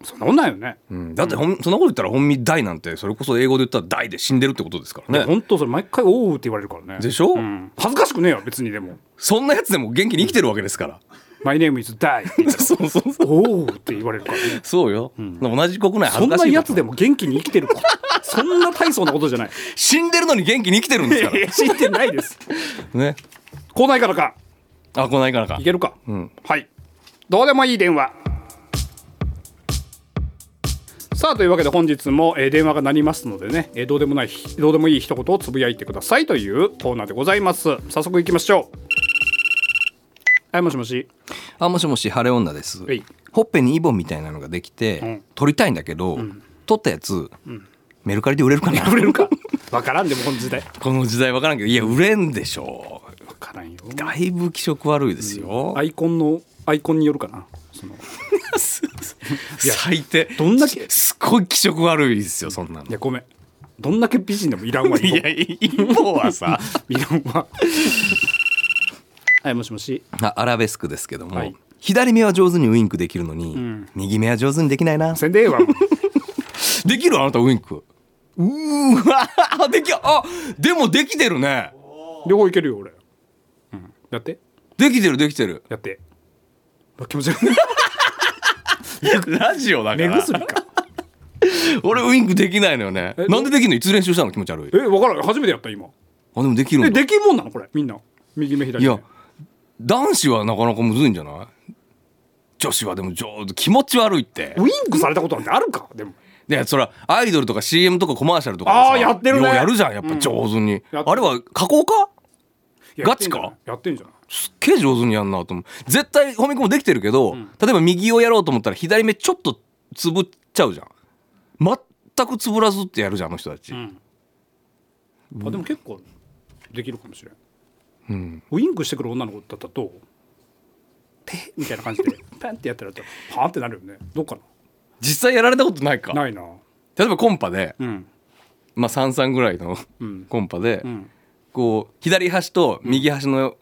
Speaker 3: そんなもんないよね
Speaker 4: うんだってほんそんなこと言ったら本身大なんてそれこそ英語で言ったら大で死んでるってことですからね
Speaker 3: 本当それ毎回「おう」って言われるからね
Speaker 4: でしょ
Speaker 3: うん恥ずかしくねえよ別にでも
Speaker 4: そんなやつでも元気に生きてるわけですから
Speaker 3: 「マイネームイズダイ」って言ったら
Speaker 4: そうそうそう
Speaker 3: 「おう」って言われるからね
Speaker 4: (laughs) そうよ、同じ国内
Speaker 3: そ
Speaker 4: (laughs) 恥
Speaker 3: ん
Speaker 4: ずか
Speaker 3: な
Speaker 4: しい
Speaker 3: やつで
Speaker 4: も
Speaker 3: も元気に生きてるかそんな大層なことじゃない
Speaker 4: 死んでるのに元気に生きてるんですか
Speaker 3: いや知ってない
Speaker 4: (laughs)
Speaker 3: です
Speaker 4: らね
Speaker 3: 校内からか
Speaker 4: あこないかなか
Speaker 3: いけるか、
Speaker 4: ん
Speaker 3: はいどうでもいい電話さあというわけで本日も、えー電話が鳴りますのでね、えーどうでもないひどうでもいい一言をつぶやいてくださいというコーナーでございます早速いきましょうはいもしもし
Speaker 4: あもしもし晴れ女です
Speaker 3: はい
Speaker 4: ほっぺにイボンみたいなのができて、
Speaker 3: ん
Speaker 4: 取りたいんだけど、取ったやつ、メルカリで売れるかな (laughs) 売れるか
Speaker 3: わからんでもこの時代
Speaker 4: この時代分からんけどいや売れんでしょう
Speaker 3: わからんよ
Speaker 4: だいぶ気色悪いですよ、
Speaker 3: アイコンのアイコンによるかなその
Speaker 4: 最低
Speaker 3: どんだけ
Speaker 4: すっごい気色悪いですよそんなの
Speaker 3: いやごめんどんだけ美人でもいらんわ (laughs) い
Speaker 4: いやイボはさ
Speaker 3: いらん (laughs) わはいもしもし
Speaker 4: あアラベスクですけども、
Speaker 3: はい
Speaker 4: 左目は上手にウインクできるのに、右目は上手にできないな
Speaker 3: せんでええわ (laughs) もう
Speaker 4: できるあなたウインクうーわできあでもできてるね
Speaker 3: 両方いけるよ俺、うん、やって
Speaker 4: できてるできてる
Speaker 3: やってうわ気持ち悪い
Speaker 4: ラジオだか
Speaker 3: (laughs) 目
Speaker 4: ら。
Speaker 3: 薬か
Speaker 4: 俺ウインクできないのよね。
Speaker 3: え
Speaker 4: なんでできんのいつ練習したの気持ち悪い
Speaker 3: (laughs) え。わからん初めてやった今
Speaker 4: あ、でもできる
Speaker 3: え
Speaker 4: んだ。
Speaker 3: できんもんなのこれみんな右目左
Speaker 4: い
Speaker 3: 目
Speaker 4: や、男子はなかなかむずいんじゃない女子はでも上手、気持ち悪いって。
Speaker 3: ウインクされたことなんてあるかでも
Speaker 4: で、そら、アイドルとか CM とかコマーシャルとか
Speaker 3: あーやってるね
Speaker 4: ようやるじゃん、やっぱ上手に。
Speaker 3: やってる
Speaker 4: あれは加工か
Speaker 3: やってん
Speaker 4: ガチ
Speaker 3: じゃない
Speaker 4: か
Speaker 3: やってんじゃない
Speaker 4: すっげえ上手にやんなと思う。絶対、ホミコもできてるけど、例えば右をやろうと思ったら左目ちょっとつぶっちゃうじゃん。全くつぶらずってやるじゃん、あの人たち。
Speaker 3: あでも結構できるかもしれん、ウインクしてくる女の子だったらどう手みたいな感じで (laughs) パンってやったらパーンってなるよねどうか
Speaker 4: 実際やられたことないか。
Speaker 3: なないな
Speaker 4: 例えばコンパで、
Speaker 3: うん
Speaker 4: まあ、33ぐらいのコンパで、こう左端と右端の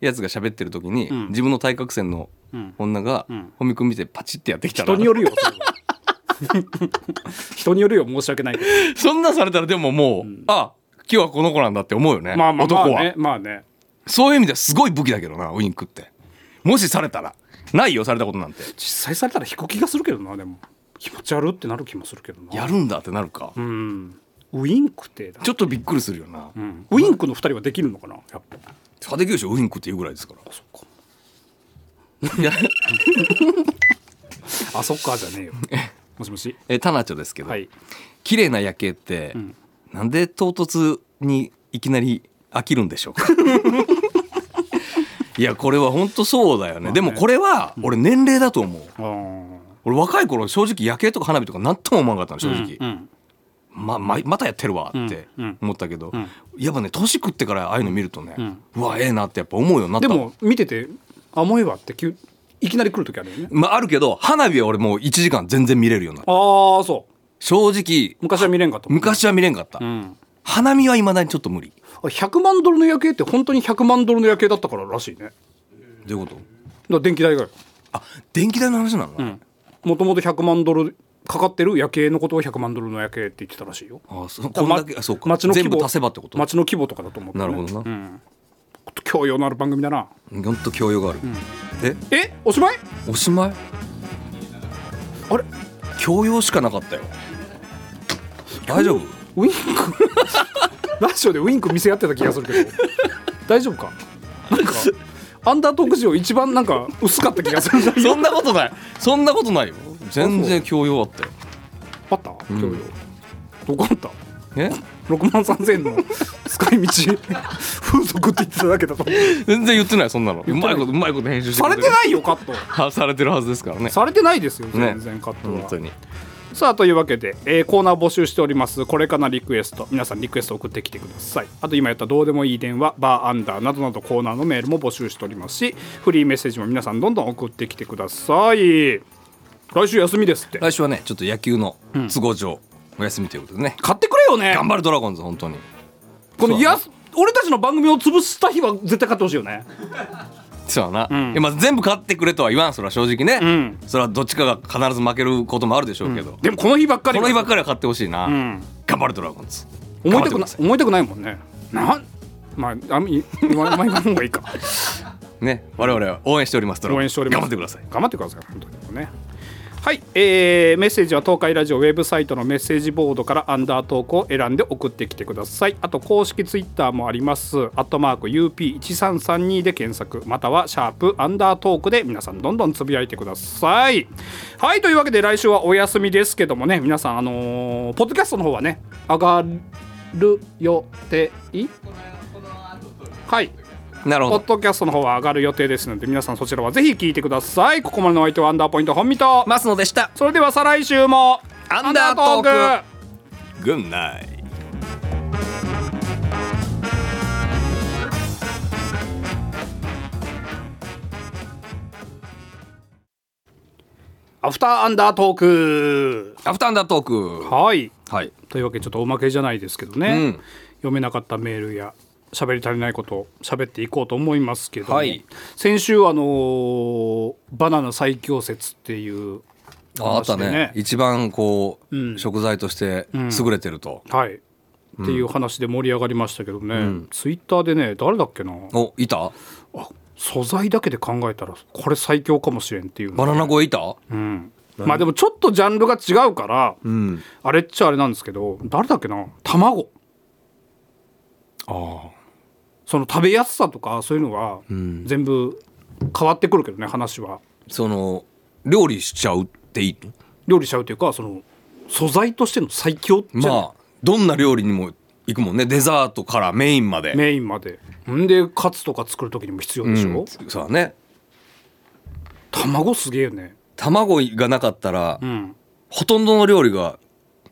Speaker 4: やつが喋ってる時に、
Speaker 3: ん
Speaker 4: 自分の対角線の女が、
Speaker 3: ん
Speaker 4: ホミ君見てパチってやってきたら
Speaker 3: 人によるよそ (laughs) れは人によるよ申し訳ないけ (laughs) ど
Speaker 4: (laughs) そんなんされたらでももう、あ今日はこの子なんだって思うよね、
Speaker 3: まあまあまあ
Speaker 4: 男は、
Speaker 3: ねまあね
Speaker 4: そういう意味ではすごい武器だけどなウインクってもしされたらないよされたことなんて
Speaker 3: 実際されたら引く気がするけどなでも気持ち悪ってなる気もするけどな
Speaker 4: やるんだってなるか、
Speaker 3: うんウインクってだ
Speaker 4: ちょっとびっくりするよな、
Speaker 3: うんウインクの二人はできるのかなやっぱ
Speaker 4: それできるでしょウインクっていうぐらいですから
Speaker 3: そっか
Speaker 4: (laughs) いや
Speaker 3: あそっかじゃねえよもしもし
Speaker 4: えタナチョですけど、
Speaker 3: はい
Speaker 4: 綺麗な夜景って、
Speaker 3: ん
Speaker 4: なんで唐突にいきなり飽きるんでしょうか (laughs) いやこれは本当そうだよね,、でもこれは俺年齢だと思う、
Speaker 3: あー
Speaker 4: 俺若い頃正直夜景とか花火とか何とも思わなかったの正直、
Speaker 3: うん
Speaker 4: まままたやってるわって
Speaker 3: うん
Speaker 4: 思ったけど、
Speaker 3: ん
Speaker 4: やっぱね年食ってからああいうの見るとね、うんわええなってやっぱ思うようになった
Speaker 3: でも見てて「あもうええわ」って急いきなり来る時あるよね
Speaker 4: まあ、あるけど花火は俺もう1時間全然見れるようになった
Speaker 3: ああそう
Speaker 4: 正直
Speaker 3: 昔は見れんかったもん
Speaker 4: 昔は見れんかった、
Speaker 3: うん
Speaker 4: 花見はいまだにちょっと無理
Speaker 3: あ100万ドルの夜景って本当に100万ドルの夜景だったかららしいねだか
Speaker 4: どういうこと
Speaker 3: ら電気代がよ
Speaker 4: あ電気代の話なの、
Speaker 3: もともと100万ドルかかってる夜景のことを100万ドルの夜景って言ってたらしいよ
Speaker 4: あそこんだけ、あそうか
Speaker 3: 街の規
Speaker 4: 全
Speaker 3: 模
Speaker 4: 部足せばってこと
Speaker 3: 街の規模とかだと思うけ
Speaker 4: なるほどな、
Speaker 3: 教養のある番組だな
Speaker 4: ほんと教養がある、え
Speaker 3: えおしまい
Speaker 4: おしまい
Speaker 3: あれ
Speaker 4: 教養しかなかったよ大丈夫
Speaker 3: ウインク (laughs) ラジオでウインク見せ合ってた気がするけど大丈夫かなんかアンダートーク上一番なんか薄かった気がする
Speaker 4: (laughs) そんなことないそんなことないよ全然教養あったよ
Speaker 3: あった教養、どこあった
Speaker 4: え
Speaker 3: 6万3000円の使い道 (laughs) 風俗って言ってただけだと思う
Speaker 4: (laughs) 全然言ってないそんなのう
Speaker 3: 言って
Speaker 4: ま
Speaker 3: ない
Speaker 4: いことうまいこと編集して
Speaker 3: されて
Speaker 4: い
Speaker 3: ないよカット
Speaker 4: されてるはずですからね
Speaker 3: されてないですよ
Speaker 4: ね
Speaker 3: 全然カットは、
Speaker 4: 本当に
Speaker 3: さあというわけで、えーコーナー募集しておりますこれかなリクエスト皆さんリクエスト送ってきてくださいあと今やったどうでもいい電話バーアンダーなどなどコーナーのメールも募集しておりますしフリーメッセージも皆さんどんどん送ってきてください来週休みですって
Speaker 4: 来週はねちょっと野球の都合上、お休みということでね
Speaker 3: 買ってくれよね
Speaker 4: 頑張るドラゴンズ本当に
Speaker 3: この
Speaker 4: そうだ
Speaker 3: やす俺たちの番組を潰した日は絶対買ってほしいよね
Speaker 4: そうだな、
Speaker 3: ん
Speaker 4: いやまあ、全部勝ってくれとは言わんそれは正直ね、
Speaker 3: ん
Speaker 4: それはどっちかが必ず負けることもあるでしょうけど、
Speaker 3: でもこの日ばっかり
Speaker 4: こ
Speaker 3: は
Speaker 4: の日ばっかりは勝ってほしいな、
Speaker 3: ん
Speaker 4: 頑張るドラゴンズ
Speaker 3: 思いたくな
Speaker 4: 頑張ってくださ
Speaker 3: 思いたくないもんねなんまああんい言わ言わない方がいいか
Speaker 4: ね我々は応援しておりますドラゴンズ
Speaker 3: 応援しております
Speaker 4: 頑張ってください
Speaker 3: 頑張ってください本当にねはい、えーメッセージは東海ラジオウェブサイトのメッセージボードからアンダー投稿を選んで送ってきてくださいあと公式ツイッターもありますアットマーク UP1332 で検索またはシャープアンダートークで皆さんどんどんつぶやいてくださいはいというわけで来週はお休みですけどもね皆さんあのーポッドキャストの方はね上がる予定はい
Speaker 4: なるほ
Speaker 3: ポッ
Speaker 4: ど
Speaker 3: ドキャストの方は上がる予定ですので皆さんそちらはぜひ聞いてくださいここまでのお相手はアンダーポイント本見と、
Speaker 4: マスノでした
Speaker 3: それでは再来週も
Speaker 4: アンダートーク
Speaker 3: アンダーク
Speaker 4: グンナイ
Speaker 3: アフターアンダートーク
Speaker 4: アフターアンダートーク
Speaker 3: はい
Speaker 4: はい
Speaker 3: というわけでちょっとおまけじゃないですけどね、
Speaker 4: うん
Speaker 3: 読めなかったメールや喋り足りないことを喋っていこうと思いますけども、
Speaker 4: はい
Speaker 3: 先週あのーバナナ最強説っていう
Speaker 4: ああったね
Speaker 3: 話で
Speaker 4: 一番こう、食材として優れてると、
Speaker 3: はいっていう話で盛り上がりましたけどね、ツイッターでね誰だっけな
Speaker 4: おいた
Speaker 3: 素材だけで考えたらこれ最強かもしれんっていうの
Speaker 4: バナナ声いた、
Speaker 3: うんまあでもちょっとジャンルが違うから、
Speaker 4: うん、
Speaker 3: あれっちゃあれなんですけど誰だっけな卵
Speaker 4: あ
Speaker 3: その食べやすさとかそういうのは
Speaker 4: ん
Speaker 3: 全部変わってくるけどね話は
Speaker 4: その料理しちゃうっていいの
Speaker 3: 料理しちゃうというかその素材としての最強じゃない
Speaker 4: まあどんな料理にも行くもんねデザートからメインまで
Speaker 3: メインまでんでカツとか作る時にも必要でしょ、
Speaker 4: うん、そうだね
Speaker 3: 卵すげえよね
Speaker 4: 卵がなかったら、
Speaker 3: うん
Speaker 4: ほとんどの料理が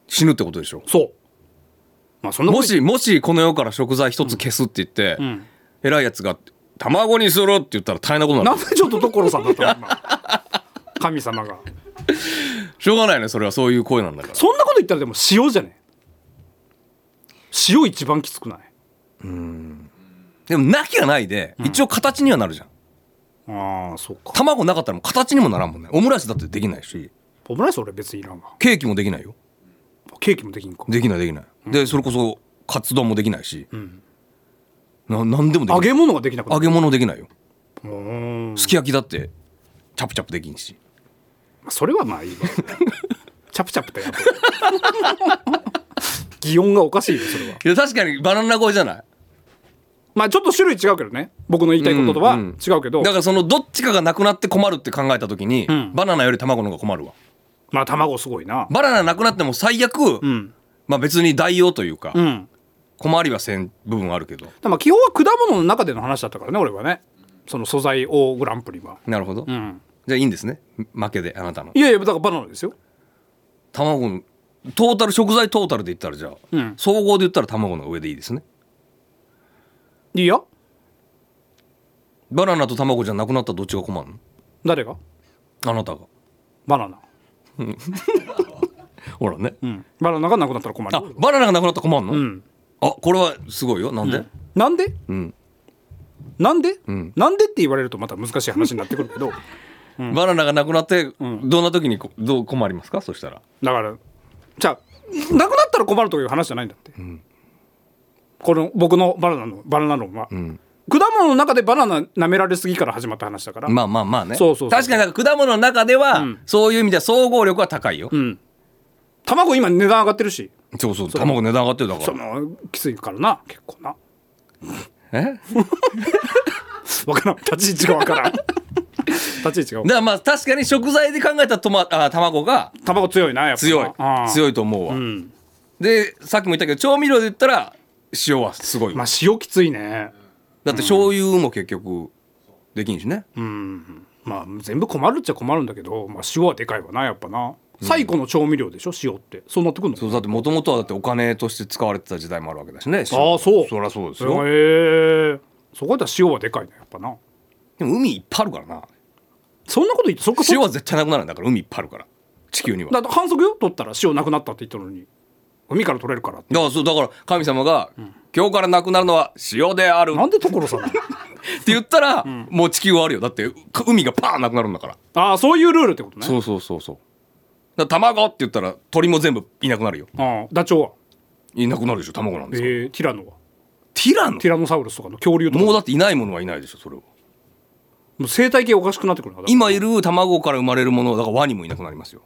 Speaker 4: 死ぬってことでしょ
Speaker 3: そうまあそんなこと
Speaker 4: もしもしこの世から食材一つ消すって言って、
Speaker 3: ん
Speaker 4: 偉いやつが「卵にする!」って言ったら大変なことにな
Speaker 3: な
Speaker 4: る
Speaker 3: んでちょっと所さんだったの今神様が
Speaker 4: しょうがないねそれはそういう声なんだから
Speaker 3: そんなこと言ったらでも塩じゃね塩一番きつくない
Speaker 4: でもなきゃないで一応形にはなるじゃん、
Speaker 3: ああそうか
Speaker 4: 卵なかったらもう形にもならんもんねオムライスだってできないし
Speaker 3: オムライス俺別にいらんわ
Speaker 4: ケーキもできないよ
Speaker 3: ケーキもできんか
Speaker 4: できないできない、でそれこそカツ丼もできないし、な何で
Speaker 3: 揚
Speaker 4: もできない
Speaker 3: げ物ができなくな
Speaker 4: 揚げ物できないよ
Speaker 3: るうーん
Speaker 4: すき焼きだってチャプチャプできんし
Speaker 3: それはまあいいわ (laughs) チャプチャプって (laughs) やっぱ擬音がおかしいよそれはい
Speaker 4: や確かにバナナ声じゃない
Speaker 3: まあちょっと種類違うけどね僕の言いたいこととは
Speaker 4: うん
Speaker 3: 違うけど、
Speaker 4: だからそのどっちかがなくなって困るって考えた時に、
Speaker 3: ん
Speaker 4: バナナより卵の方が困るわ
Speaker 3: まあ卵すごいな
Speaker 4: バナナなくなっても最悪、
Speaker 3: うん
Speaker 4: まあ別に代用というか、
Speaker 3: うん
Speaker 4: 困りはせん部分はあるけど
Speaker 3: まあ基本は果物の中での話だったからね俺はねその素材王グランプリは
Speaker 4: なるほど、
Speaker 3: うん
Speaker 4: じゃあいいんですね負けであなたの
Speaker 3: いやいやだからバナナですよ
Speaker 4: 卵のトータル食材トータルで言ったらじゃあ、
Speaker 3: うん
Speaker 4: 総合で言ったら卵の上でいいですね
Speaker 3: いいよ
Speaker 4: バナナと卵じゃなくなったらどっちが困るの
Speaker 3: 誰が
Speaker 4: あなたが
Speaker 3: バナナ
Speaker 4: ほらね、
Speaker 3: うんバナナがなくなったら困
Speaker 4: あ
Speaker 3: る
Speaker 4: バナナがなくなったら困るの、
Speaker 3: うん
Speaker 4: あこれはすごいよなんで、
Speaker 3: なんで
Speaker 4: うん
Speaker 3: なんで、
Speaker 4: ん
Speaker 3: なんでって言われるとまた難しい話になってくるけ (laughs) ど
Speaker 4: バナナがなくなって、
Speaker 3: ん
Speaker 4: どんな時にこどう困りますかそしたら
Speaker 3: だからじゃあなくなったら困るという話じゃないんだって、この僕のバナナのバナナ論は、
Speaker 4: ん
Speaker 3: 果物の中でバナナ舐められすぎから始まった話だから、
Speaker 4: まあまあまあね
Speaker 3: そうそうそう
Speaker 4: 確かになんか果物の中では、
Speaker 3: ん
Speaker 4: そういう意味では総合力は高いよ、
Speaker 3: うん、卵今値段上がってるし
Speaker 4: そうそう卵値段上がってるだか
Speaker 3: そ
Speaker 4: ら
Speaker 3: のきついからな結構な
Speaker 4: え
Speaker 3: わからん立ち位置がわ
Speaker 4: (laughs)
Speaker 3: からん立ち位置
Speaker 4: だ
Speaker 3: が
Speaker 4: からまあ確かに食材で考えたトマあ卵が
Speaker 3: 卵強いなやっぱ
Speaker 4: 強い強
Speaker 3: い、
Speaker 4: いと思うわ、
Speaker 3: うん、
Speaker 4: でさっきも言ったけど調味料で言ったら塩はすごいわ、
Speaker 3: まあ塩きついね
Speaker 4: だって醤油も結局できんしね、
Speaker 3: うんまあ全部困るっちゃ困るんだけど、まあ、塩はでかいわなやっぱな最古の調味料でしょ塩ってそうなってくるの
Speaker 4: そうだってもともとはだってお金として使われてた時代もあるわけだしね
Speaker 3: ああそう
Speaker 4: そりゃそうですよ、
Speaker 3: へえそこだったら塩はでかいねやっぱな
Speaker 4: でも海いっぱいあるからな
Speaker 3: そんなこと言ってそっかそっ
Speaker 4: 塩
Speaker 3: か
Speaker 4: は絶対なくなるんだから海いっぱいあるから地球には
Speaker 3: だって反則よ取ったら塩なくなったって言ったのに海から取れるからって
Speaker 4: だからそうだから神様が、今日からなくなるのは塩である」
Speaker 3: なんで所
Speaker 4: (laughs)
Speaker 3: さんなの
Speaker 4: って言っ
Speaker 3: (laughs)
Speaker 4: たら、もう地球はあるよだってか海がパーンなくなるんだから、
Speaker 3: ああそういうルールってことね
Speaker 4: そうそうそうそうだから卵って言ったら鳥も全部いなくなるよ
Speaker 3: ああダチョウはい
Speaker 4: なくなるでしょ卵なんですから、
Speaker 3: えー、ティラノは
Speaker 4: ティラノ
Speaker 3: ティラノサウルスとかの恐竜とか
Speaker 4: も
Speaker 3: も
Speaker 4: うだっていないものはいないでしょそれは
Speaker 3: う生態系おかしくなってくるなだから
Speaker 4: 今いる卵から生まれるものはだからワニもいなくなりますよ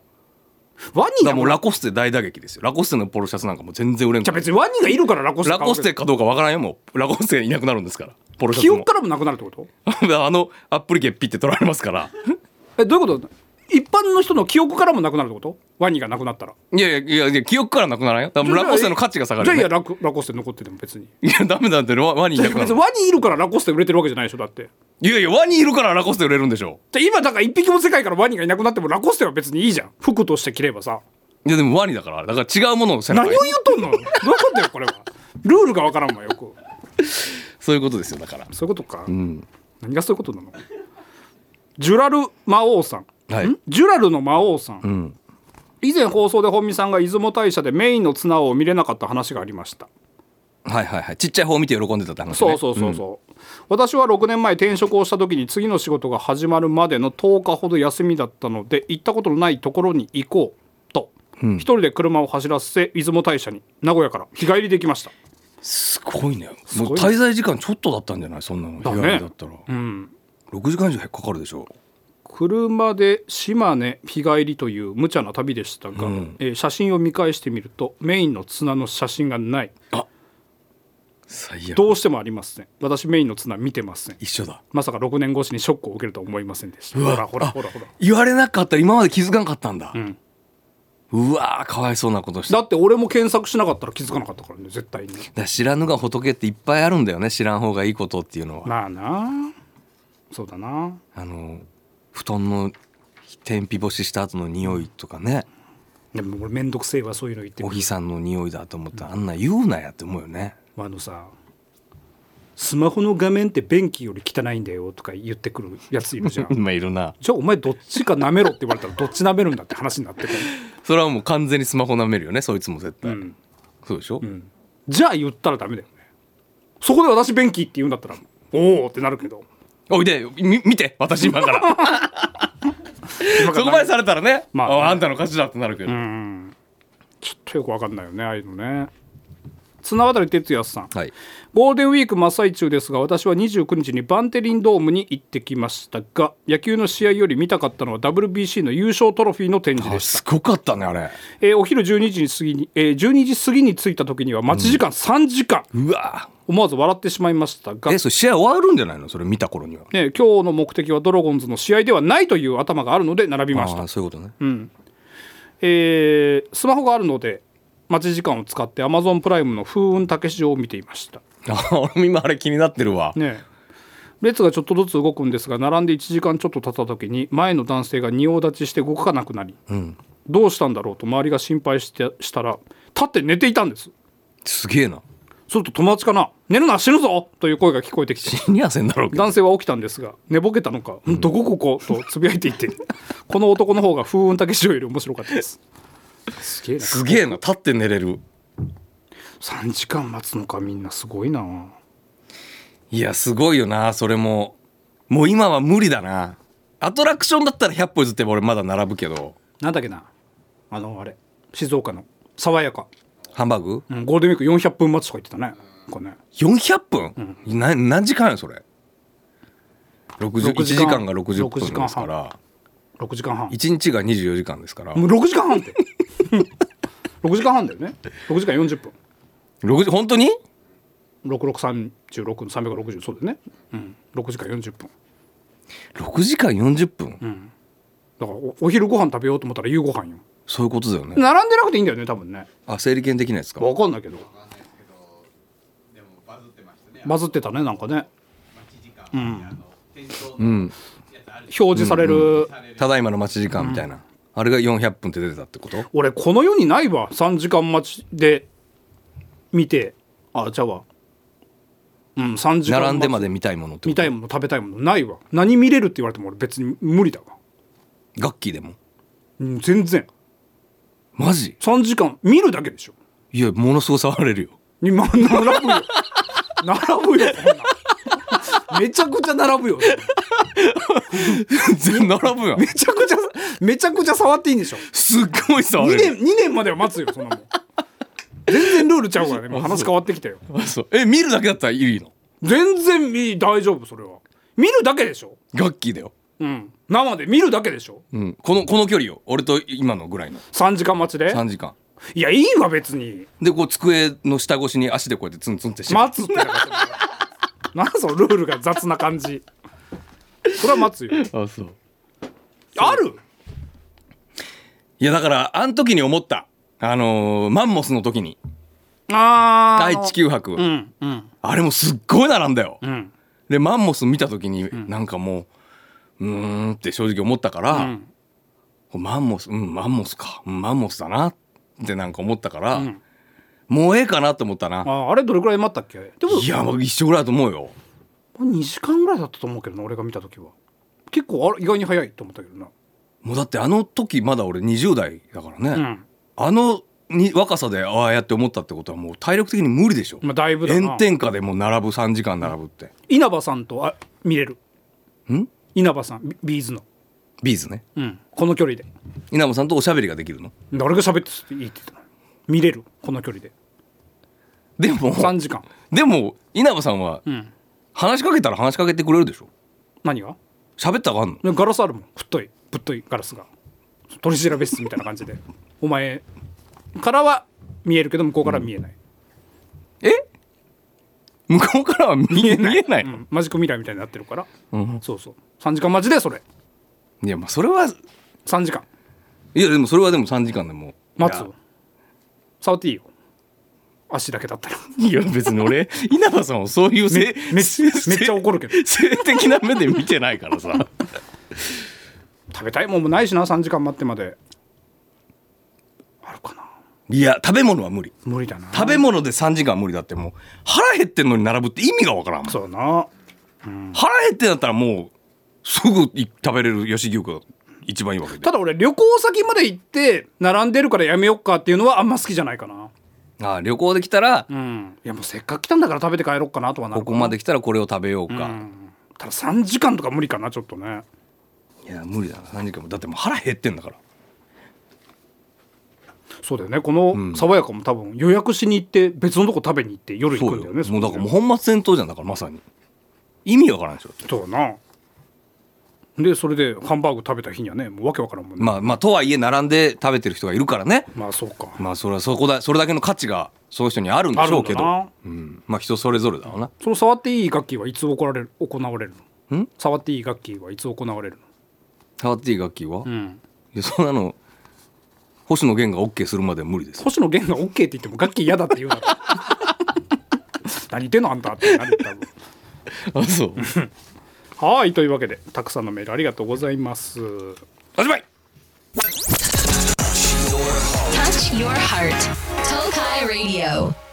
Speaker 3: ワニ
Speaker 4: だ
Speaker 3: が
Speaker 4: からも
Speaker 3: も
Speaker 4: う
Speaker 3: う
Speaker 4: ラコステ大打撃ですよラコステのポロシャツなんかもう全然売れん
Speaker 3: じ
Speaker 4: か
Speaker 3: ゃあ
Speaker 4: ら
Speaker 3: 別にワニがいるからラコステ
Speaker 4: ラ
Speaker 3: 買う
Speaker 4: コ
Speaker 3: わ
Speaker 4: ス
Speaker 3: け
Speaker 4: テかどうかわからんよもうラコステいなくなるんですからポロシャ
Speaker 3: 記
Speaker 4: ツも
Speaker 3: 憶からもなくなるってこと
Speaker 4: (laughs) あのアップリケピって取られますから (laughs)
Speaker 3: えどういうこと一般の人の記憶からもなくなるってことワニがなくなったら
Speaker 4: いやいやいやいや記憶からなくならんよだからもうラコステの価値が下がる
Speaker 3: じゃ
Speaker 4: よ、
Speaker 3: あいや
Speaker 4: ね、
Speaker 3: ラコラコステ残ってても別に
Speaker 4: いやダメだってワワニいなくな
Speaker 3: 別
Speaker 4: る
Speaker 3: にワニいるからラコステ売れてるわけじゃないでしょだって
Speaker 4: いやいやワニいるからラコステ売れるんでしょ
Speaker 3: で今だから一匹も世界からワニがいなくなってもラコステは別にいいじゃん服として着ればさ
Speaker 4: いやでもワニだからあれだから違うものを背
Speaker 3: 何
Speaker 4: 中
Speaker 3: を
Speaker 4: に
Speaker 3: 言うとんのどういうことよこれはルールがわからんわよく
Speaker 4: そういうことですよだから
Speaker 3: そういうことか、何がそういうことなのジュラル魔王さん、
Speaker 4: はい
Speaker 3: んジュラルの魔王さん、以前放送で本見さんが出雲大社でメインの綱を見れなかった話がありました
Speaker 4: はいはいはいちっちゃい方を見て喜んでたって話ね
Speaker 3: そうそうそうそう、私は6年前転職をした時に次の仕事が始まるまでの10日ほど休みだったので行ったことのないところに行こうと、一人で車を走らせ出雲大社に名古屋から日帰りできました
Speaker 4: すごいねもう
Speaker 3: ごいね
Speaker 4: 滞在時間ちょっとだったんじゃないそんなの
Speaker 3: だね
Speaker 4: 日帰りだったら、
Speaker 3: うん
Speaker 4: 6時間以上かかるでしょ
Speaker 3: 車で島根日帰りという無茶な旅でしたが、えー写真を見返してみるとメインの綱の写真がない
Speaker 4: 最悪
Speaker 3: どうしてもありません私メインの綱見てません
Speaker 4: 一緒だ
Speaker 3: まさか6年越しにショックを受けるとは思いませんでしたほらほらほらほら
Speaker 4: 言われなかったら今まで気づかなかったんだ、うんわーかわいそうなことした
Speaker 3: だって俺も検索しなかったら気づかなかったからね絶対に
Speaker 4: だ知らぬが仏っていっぱいあるんだよね知らん方がいいことっていうのは、
Speaker 3: まあなそうだな
Speaker 4: あの布団の天日干しした後の匂いとかね
Speaker 3: でも俺めんどくせえわそういうの言って
Speaker 4: お日さんの匂いだと思ったらあんな言うなやって思うよね
Speaker 3: あのさスマホの画面って便器より汚いんだよとか言ってくるやついるじゃ
Speaker 4: (laughs)
Speaker 3: ん
Speaker 4: 今いるな
Speaker 3: じゃあお前どっちか舐めろって言われたらどっち舐めるんだって話になってくる、
Speaker 4: それはもう完全にスマホ舐めるよねそいつも絶対、
Speaker 3: うん
Speaker 4: そうでしょ、
Speaker 3: うんじゃあ言ったらダメだよねそこで私便器って言うんだったらおおってなるけど
Speaker 4: おいでみ見て私 (laughs) 今からそこまでされたらね、
Speaker 3: ま
Speaker 4: ま
Speaker 3: あ
Speaker 4: あ、あんたの勝ちだってなるけど、
Speaker 3: ちょっとよくわかんないよねああいうのね綱渡哲也さん
Speaker 4: はい
Speaker 3: ゴールデンウィーク真っ最中ですが私は29日にバンテリンドームに行ってきましたが野球の試合より見たかったのは WBC の優勝トロフィーの展示でした
Speaker 4: すごかったねあれ
Speaker 3: えーお昼12時に過ぎに、えー12時過ぎに着いた時には待ち時間3時間、
Speaker 4: うわ
Speaker 3: 思わず笑ってしまいましたが、
Speaker 4: えそれ試合終わるんじゃないのそれ見た頃には
Speaker 3: ね、今日の目的はドラゴンズの試合ではないという頭があるので並びました
Speaker 4: あ、あそういうことね、
Speaker 3: えースマホがあるので待ち時間を使って Amazon プライムの「風雲たけし城」を見ていました
Speaker 4: あ (laughs) 俺も今あれ気になってるわ、
Speaker 3: ねえ列がちょっとずつ動くんですが並んで1時間ちょっと経った時に前の男性が仁王立ちして動かなくなり、どうしたんだろうと周りが心配してしたら立って寝ていたんです
Speaker 4: すげえな
Speaker 3: すると友達かな「寝るな死ぬぞ!」という声が聞こえて (laughs) きて
Speaker 4: 死にやせんだろうけど
Speaker 3: 男性は起きたんですが寝ぼけたのか「んどこここ?」とつぶやいてい (laughs) てこの男の方が風雲竹城より面白かったですすげえな
Speaker 4: すげえな立って寝れる
Speaker 3: 3時間待つのかみんなすごいない
Speaker 4: やすごいよなそれももう今は無理だなアトラクションだったら100歩譲って俺まだ並ぶけど
Speaker 3: なんだっけなあのあれ静岡の爽やか、
Speaker 4: ハンバーグ
Speaker 3: うんゴールデンウィーク400分待ちとか言ってたねこれね
Speaker 4: 400分、な何時間やそれ
Speaker 3: 6
Speaker 4: 61
Speaker 3: 時
Speaker 4: 時
Speaker 3: 間
Speaker 4: 間が60
Speaker 3: 6時
Speaker 4: 分
Speaker 3: 間
Speaker 4: ですから
Speaker 3: 6時間半
Speaker 4: 1日が24時間ですから
Speaker 3: もう6時間半って (laughs) 6時間半だよね6時間40分
Speaker 4: 6時本当に
Speaker 3: 6636の360そうだよね、うん、6時間40分
Speaker 4: ?6 時間40分、
Speaker 3: だからおお昼ご飯食べようと思ったら夕ご飯よ
Speaker 4: そういうことだよね
Speaker 3: 並んでなくていいんだよね多分ね
Speaker 4: あ整理券できないですか
Speaker 3: わかんないけどバズってたねなんかね
Speaker 4: うん
Speaker 3: 表示される、
Speaker 4: ただいまの待ち時間みたいな、あれが400分って出てたってこと
Speaker 3: 俺この世にないわ3時間待ちで見てあちゃうわうん3時間
Speaker 4: 並んでま
Speaker 3: で
Speaker 4: で見たいものってこ
Speaker 3: 見
Speaker 4: と
Speaker 3: たいもの食べたいものないわ何見れるって言われても俺別に無理だわ、
Speaker 4: 楽器でも
Speaker 3: うん、全然
Speaker 4: マジ
Speaker 3: 3時間見るだけでしょ
Speaker 4: いやものすごい触れるよ (laughs)
Speaker 3: 今並ぶよ並ぶよそんなめちゃくちゃ並ぶよ
Speaker 4: 全然並ぶやん
Speaker 3: めちゃくちゃめちゃくちゃ触っていいんでしょ
Speaker 4: (laughs) すっごい触
Speaker 3: 2
Speaker 4: れ
Speaker 3: 年
Speaker 4: る
Speaker 3: 2年までは待つよそんなもん全然ルールちゃうからねもう話変わってきたよ
Speaker 4: あそうえ見るだけだったらいいの
Speaker 3: 全然いい大丈夫それは見るだけでしょ
Speaker 4: 楽器だよ、
Speaker 3: うん生で見るだけでしょ
Speaker 4: うん、このこの距離よ俺と今のぐらいの
Speaker 3: 3時間待ちで
Speaker 4: 3時間
Speaker 3: いやいいわ別に
Speaker 4: でこう机の下越しに足でこうやってツンツンってして
Speaker 3: 待つってだからそれはなんだそのルールが雑な感じそれは待つよ
Speaker 4: あそう
Speaker 3: ある
Speaker 4: いやだからあの時に思ったあのーマンモスの時に
Speaker 3: あ
Speaker 4: 第地球博、
Speaker 3: うんうん
Speaker 4: あれもすっごい並んだよ、
Speaker 3: ん
Speaker 4: でマンモス見た時に、なんかもううーんって正直思ったから、
Speaker 3: ん
Speaker 4: マンモスうんマンモスかうんマンモスだなってなんか思ったから、もうええかなと思ったな
Speaker 3: ああれどれくらい待ったっけでも
Speaker 4: いやもう一緒ぐらいだと思うよ
Speaker 3: 2時間ぐらいだったと思うけどな俺が見た時は結構あれ意外に早いと思ったけどな
Speaker 4: もうだってあの時まだ俺20代だからね、
Speaker 3: うん
Speaker 4: あのに若さでああやって思ったってことはもう体力的に無理でしょ、
Speaker 3: まあだいぶだな
Speaker 4: 炎天下でもう並ぶ3時間並ぶって、
Speaker 3: 稲葉さんとあ見れる
Speaker 4: ん
Speaker 3: 稲葉さんビビーズの、
Speaker 4: ビーズね
Speaker 3: うん、この距離で
Speaker 4: 稲本さんとおしゃべりができるの
Speaker 3: 誰が喋っていいって言ってたの見れるこの距離で
Speaker 4: でも
Speaker 3: 3時間
Speaker 4: でも稲葉さんは
Speaker 3: ん
Speaker 4: 話しかけたら話しかけてくれるでしょ
Speaker 3: 何が
Speaker 4: 喋ったらあかんの
Speaker 3: ガラスあるもん太いぶっといガラスが取り調べ室みたいな感じでお前からは見えるけど向こうからは見えない、
Speaker 4: え向こうからは見え見えない、
Speaker 3: うんマジックミラーみたいになってるから、そうそう3時間待ちでそれ
Speaker 4: いやまあそれは
Speaker 3: 3時間
Speaker 4: いやでもそれはでも3時間でも
Speaker 3: 待つ触っていいよ足だけだ
Speaker 4: (laughs)
Speaker 3: ったら
Speaker 4: いや別に俺 (laughs) 稲葉さんをそういうめ
Speaker 3: めっちゃめっちゃ怒るけど
Speaker 4: 性的な目で見てないから (laughs) さ
Speaker 3: 食べたいもんもないしな3時間待ってまであるかない
Speaker 4: や食べ物は無理
Speaker 3: 無理だな
Speaker 4: 食べ物で3時間は無理だってもう腹減ってんのに並ぶって意味がわからんもん
Speaker 3: そうだな
Speaker 4: 腹減ってんだったらもうすぐい食べれる吉牛が一番いいわけで
Speaker 3: ただ俺旅行先まで行って並んでるからやめよっかっていうのはあんま好きじゃないかな
Speaker 4: ああ旅行できたら
Speaker 3: うんいやもうせっかく来たんだから食べて帰ろうかなとはなる
Speaker 4: こ
Speaker 3: か
Speaker 4: こ
Speaker 3: な
Speaker 4: まで来たらこれを食べようか、
Speaker 3: ただ3時間とか無理かなちょっとね
Speaker 4: いや無理だな3時間もだってもう腹減ってんだから
Speaker 3: そうだよねこの爽やかも多分予約しに行って別のとこ食べに行って夜行
Speaker 4: そ
Speaker 3: くん
Speaker 4: う
Speaker 3: だ
Speaker 4: よ
Speaker 3: よね
Speaker 4: もうだからもう
Speaker 3: う
Speaker 4: 本末転倒じゃんだからまさに意味わからんでしょ
Speaker 3: そうだなでそれでハンバーグ食べた日にはねもうわけわからんもんね
Speaker 4: まあまあとはいえ並んで食べてる人がいるからね
Speaker 3: まあそうか
Speaker 4: まあそれはそこだそれだけの価値がその人にあるんでしょうけど
Speaker 3: あるんだ
Speaker 4: うん、まあ人それぞれだろうな
Speaker 3: その触っていい楽器はいつ行われる行われるの
Speaker 4: ん
Speaker 3: 触っていい楽器はいつ行われるの
Speaker 4: 触っていい楽器は、
Speaker 3: う
Speaker 4: い
Speaker 3: ん
Speaker 4: やそんなの星野源が OK するまでは無
Speaker 3: (laughs)
Speaker 4: 理です
Speaker 3: 星野源が OK って言っても楽器嫌だって言うだろ (laughs) 何言ってんのあんたってなるよ多分
Speaker 4: あそう
Speaker 3: はいというわけでたくさんのメールありがとうございます
Speaker 4: おしまい
Speaker 2: Touch your heart. Tokai Radio.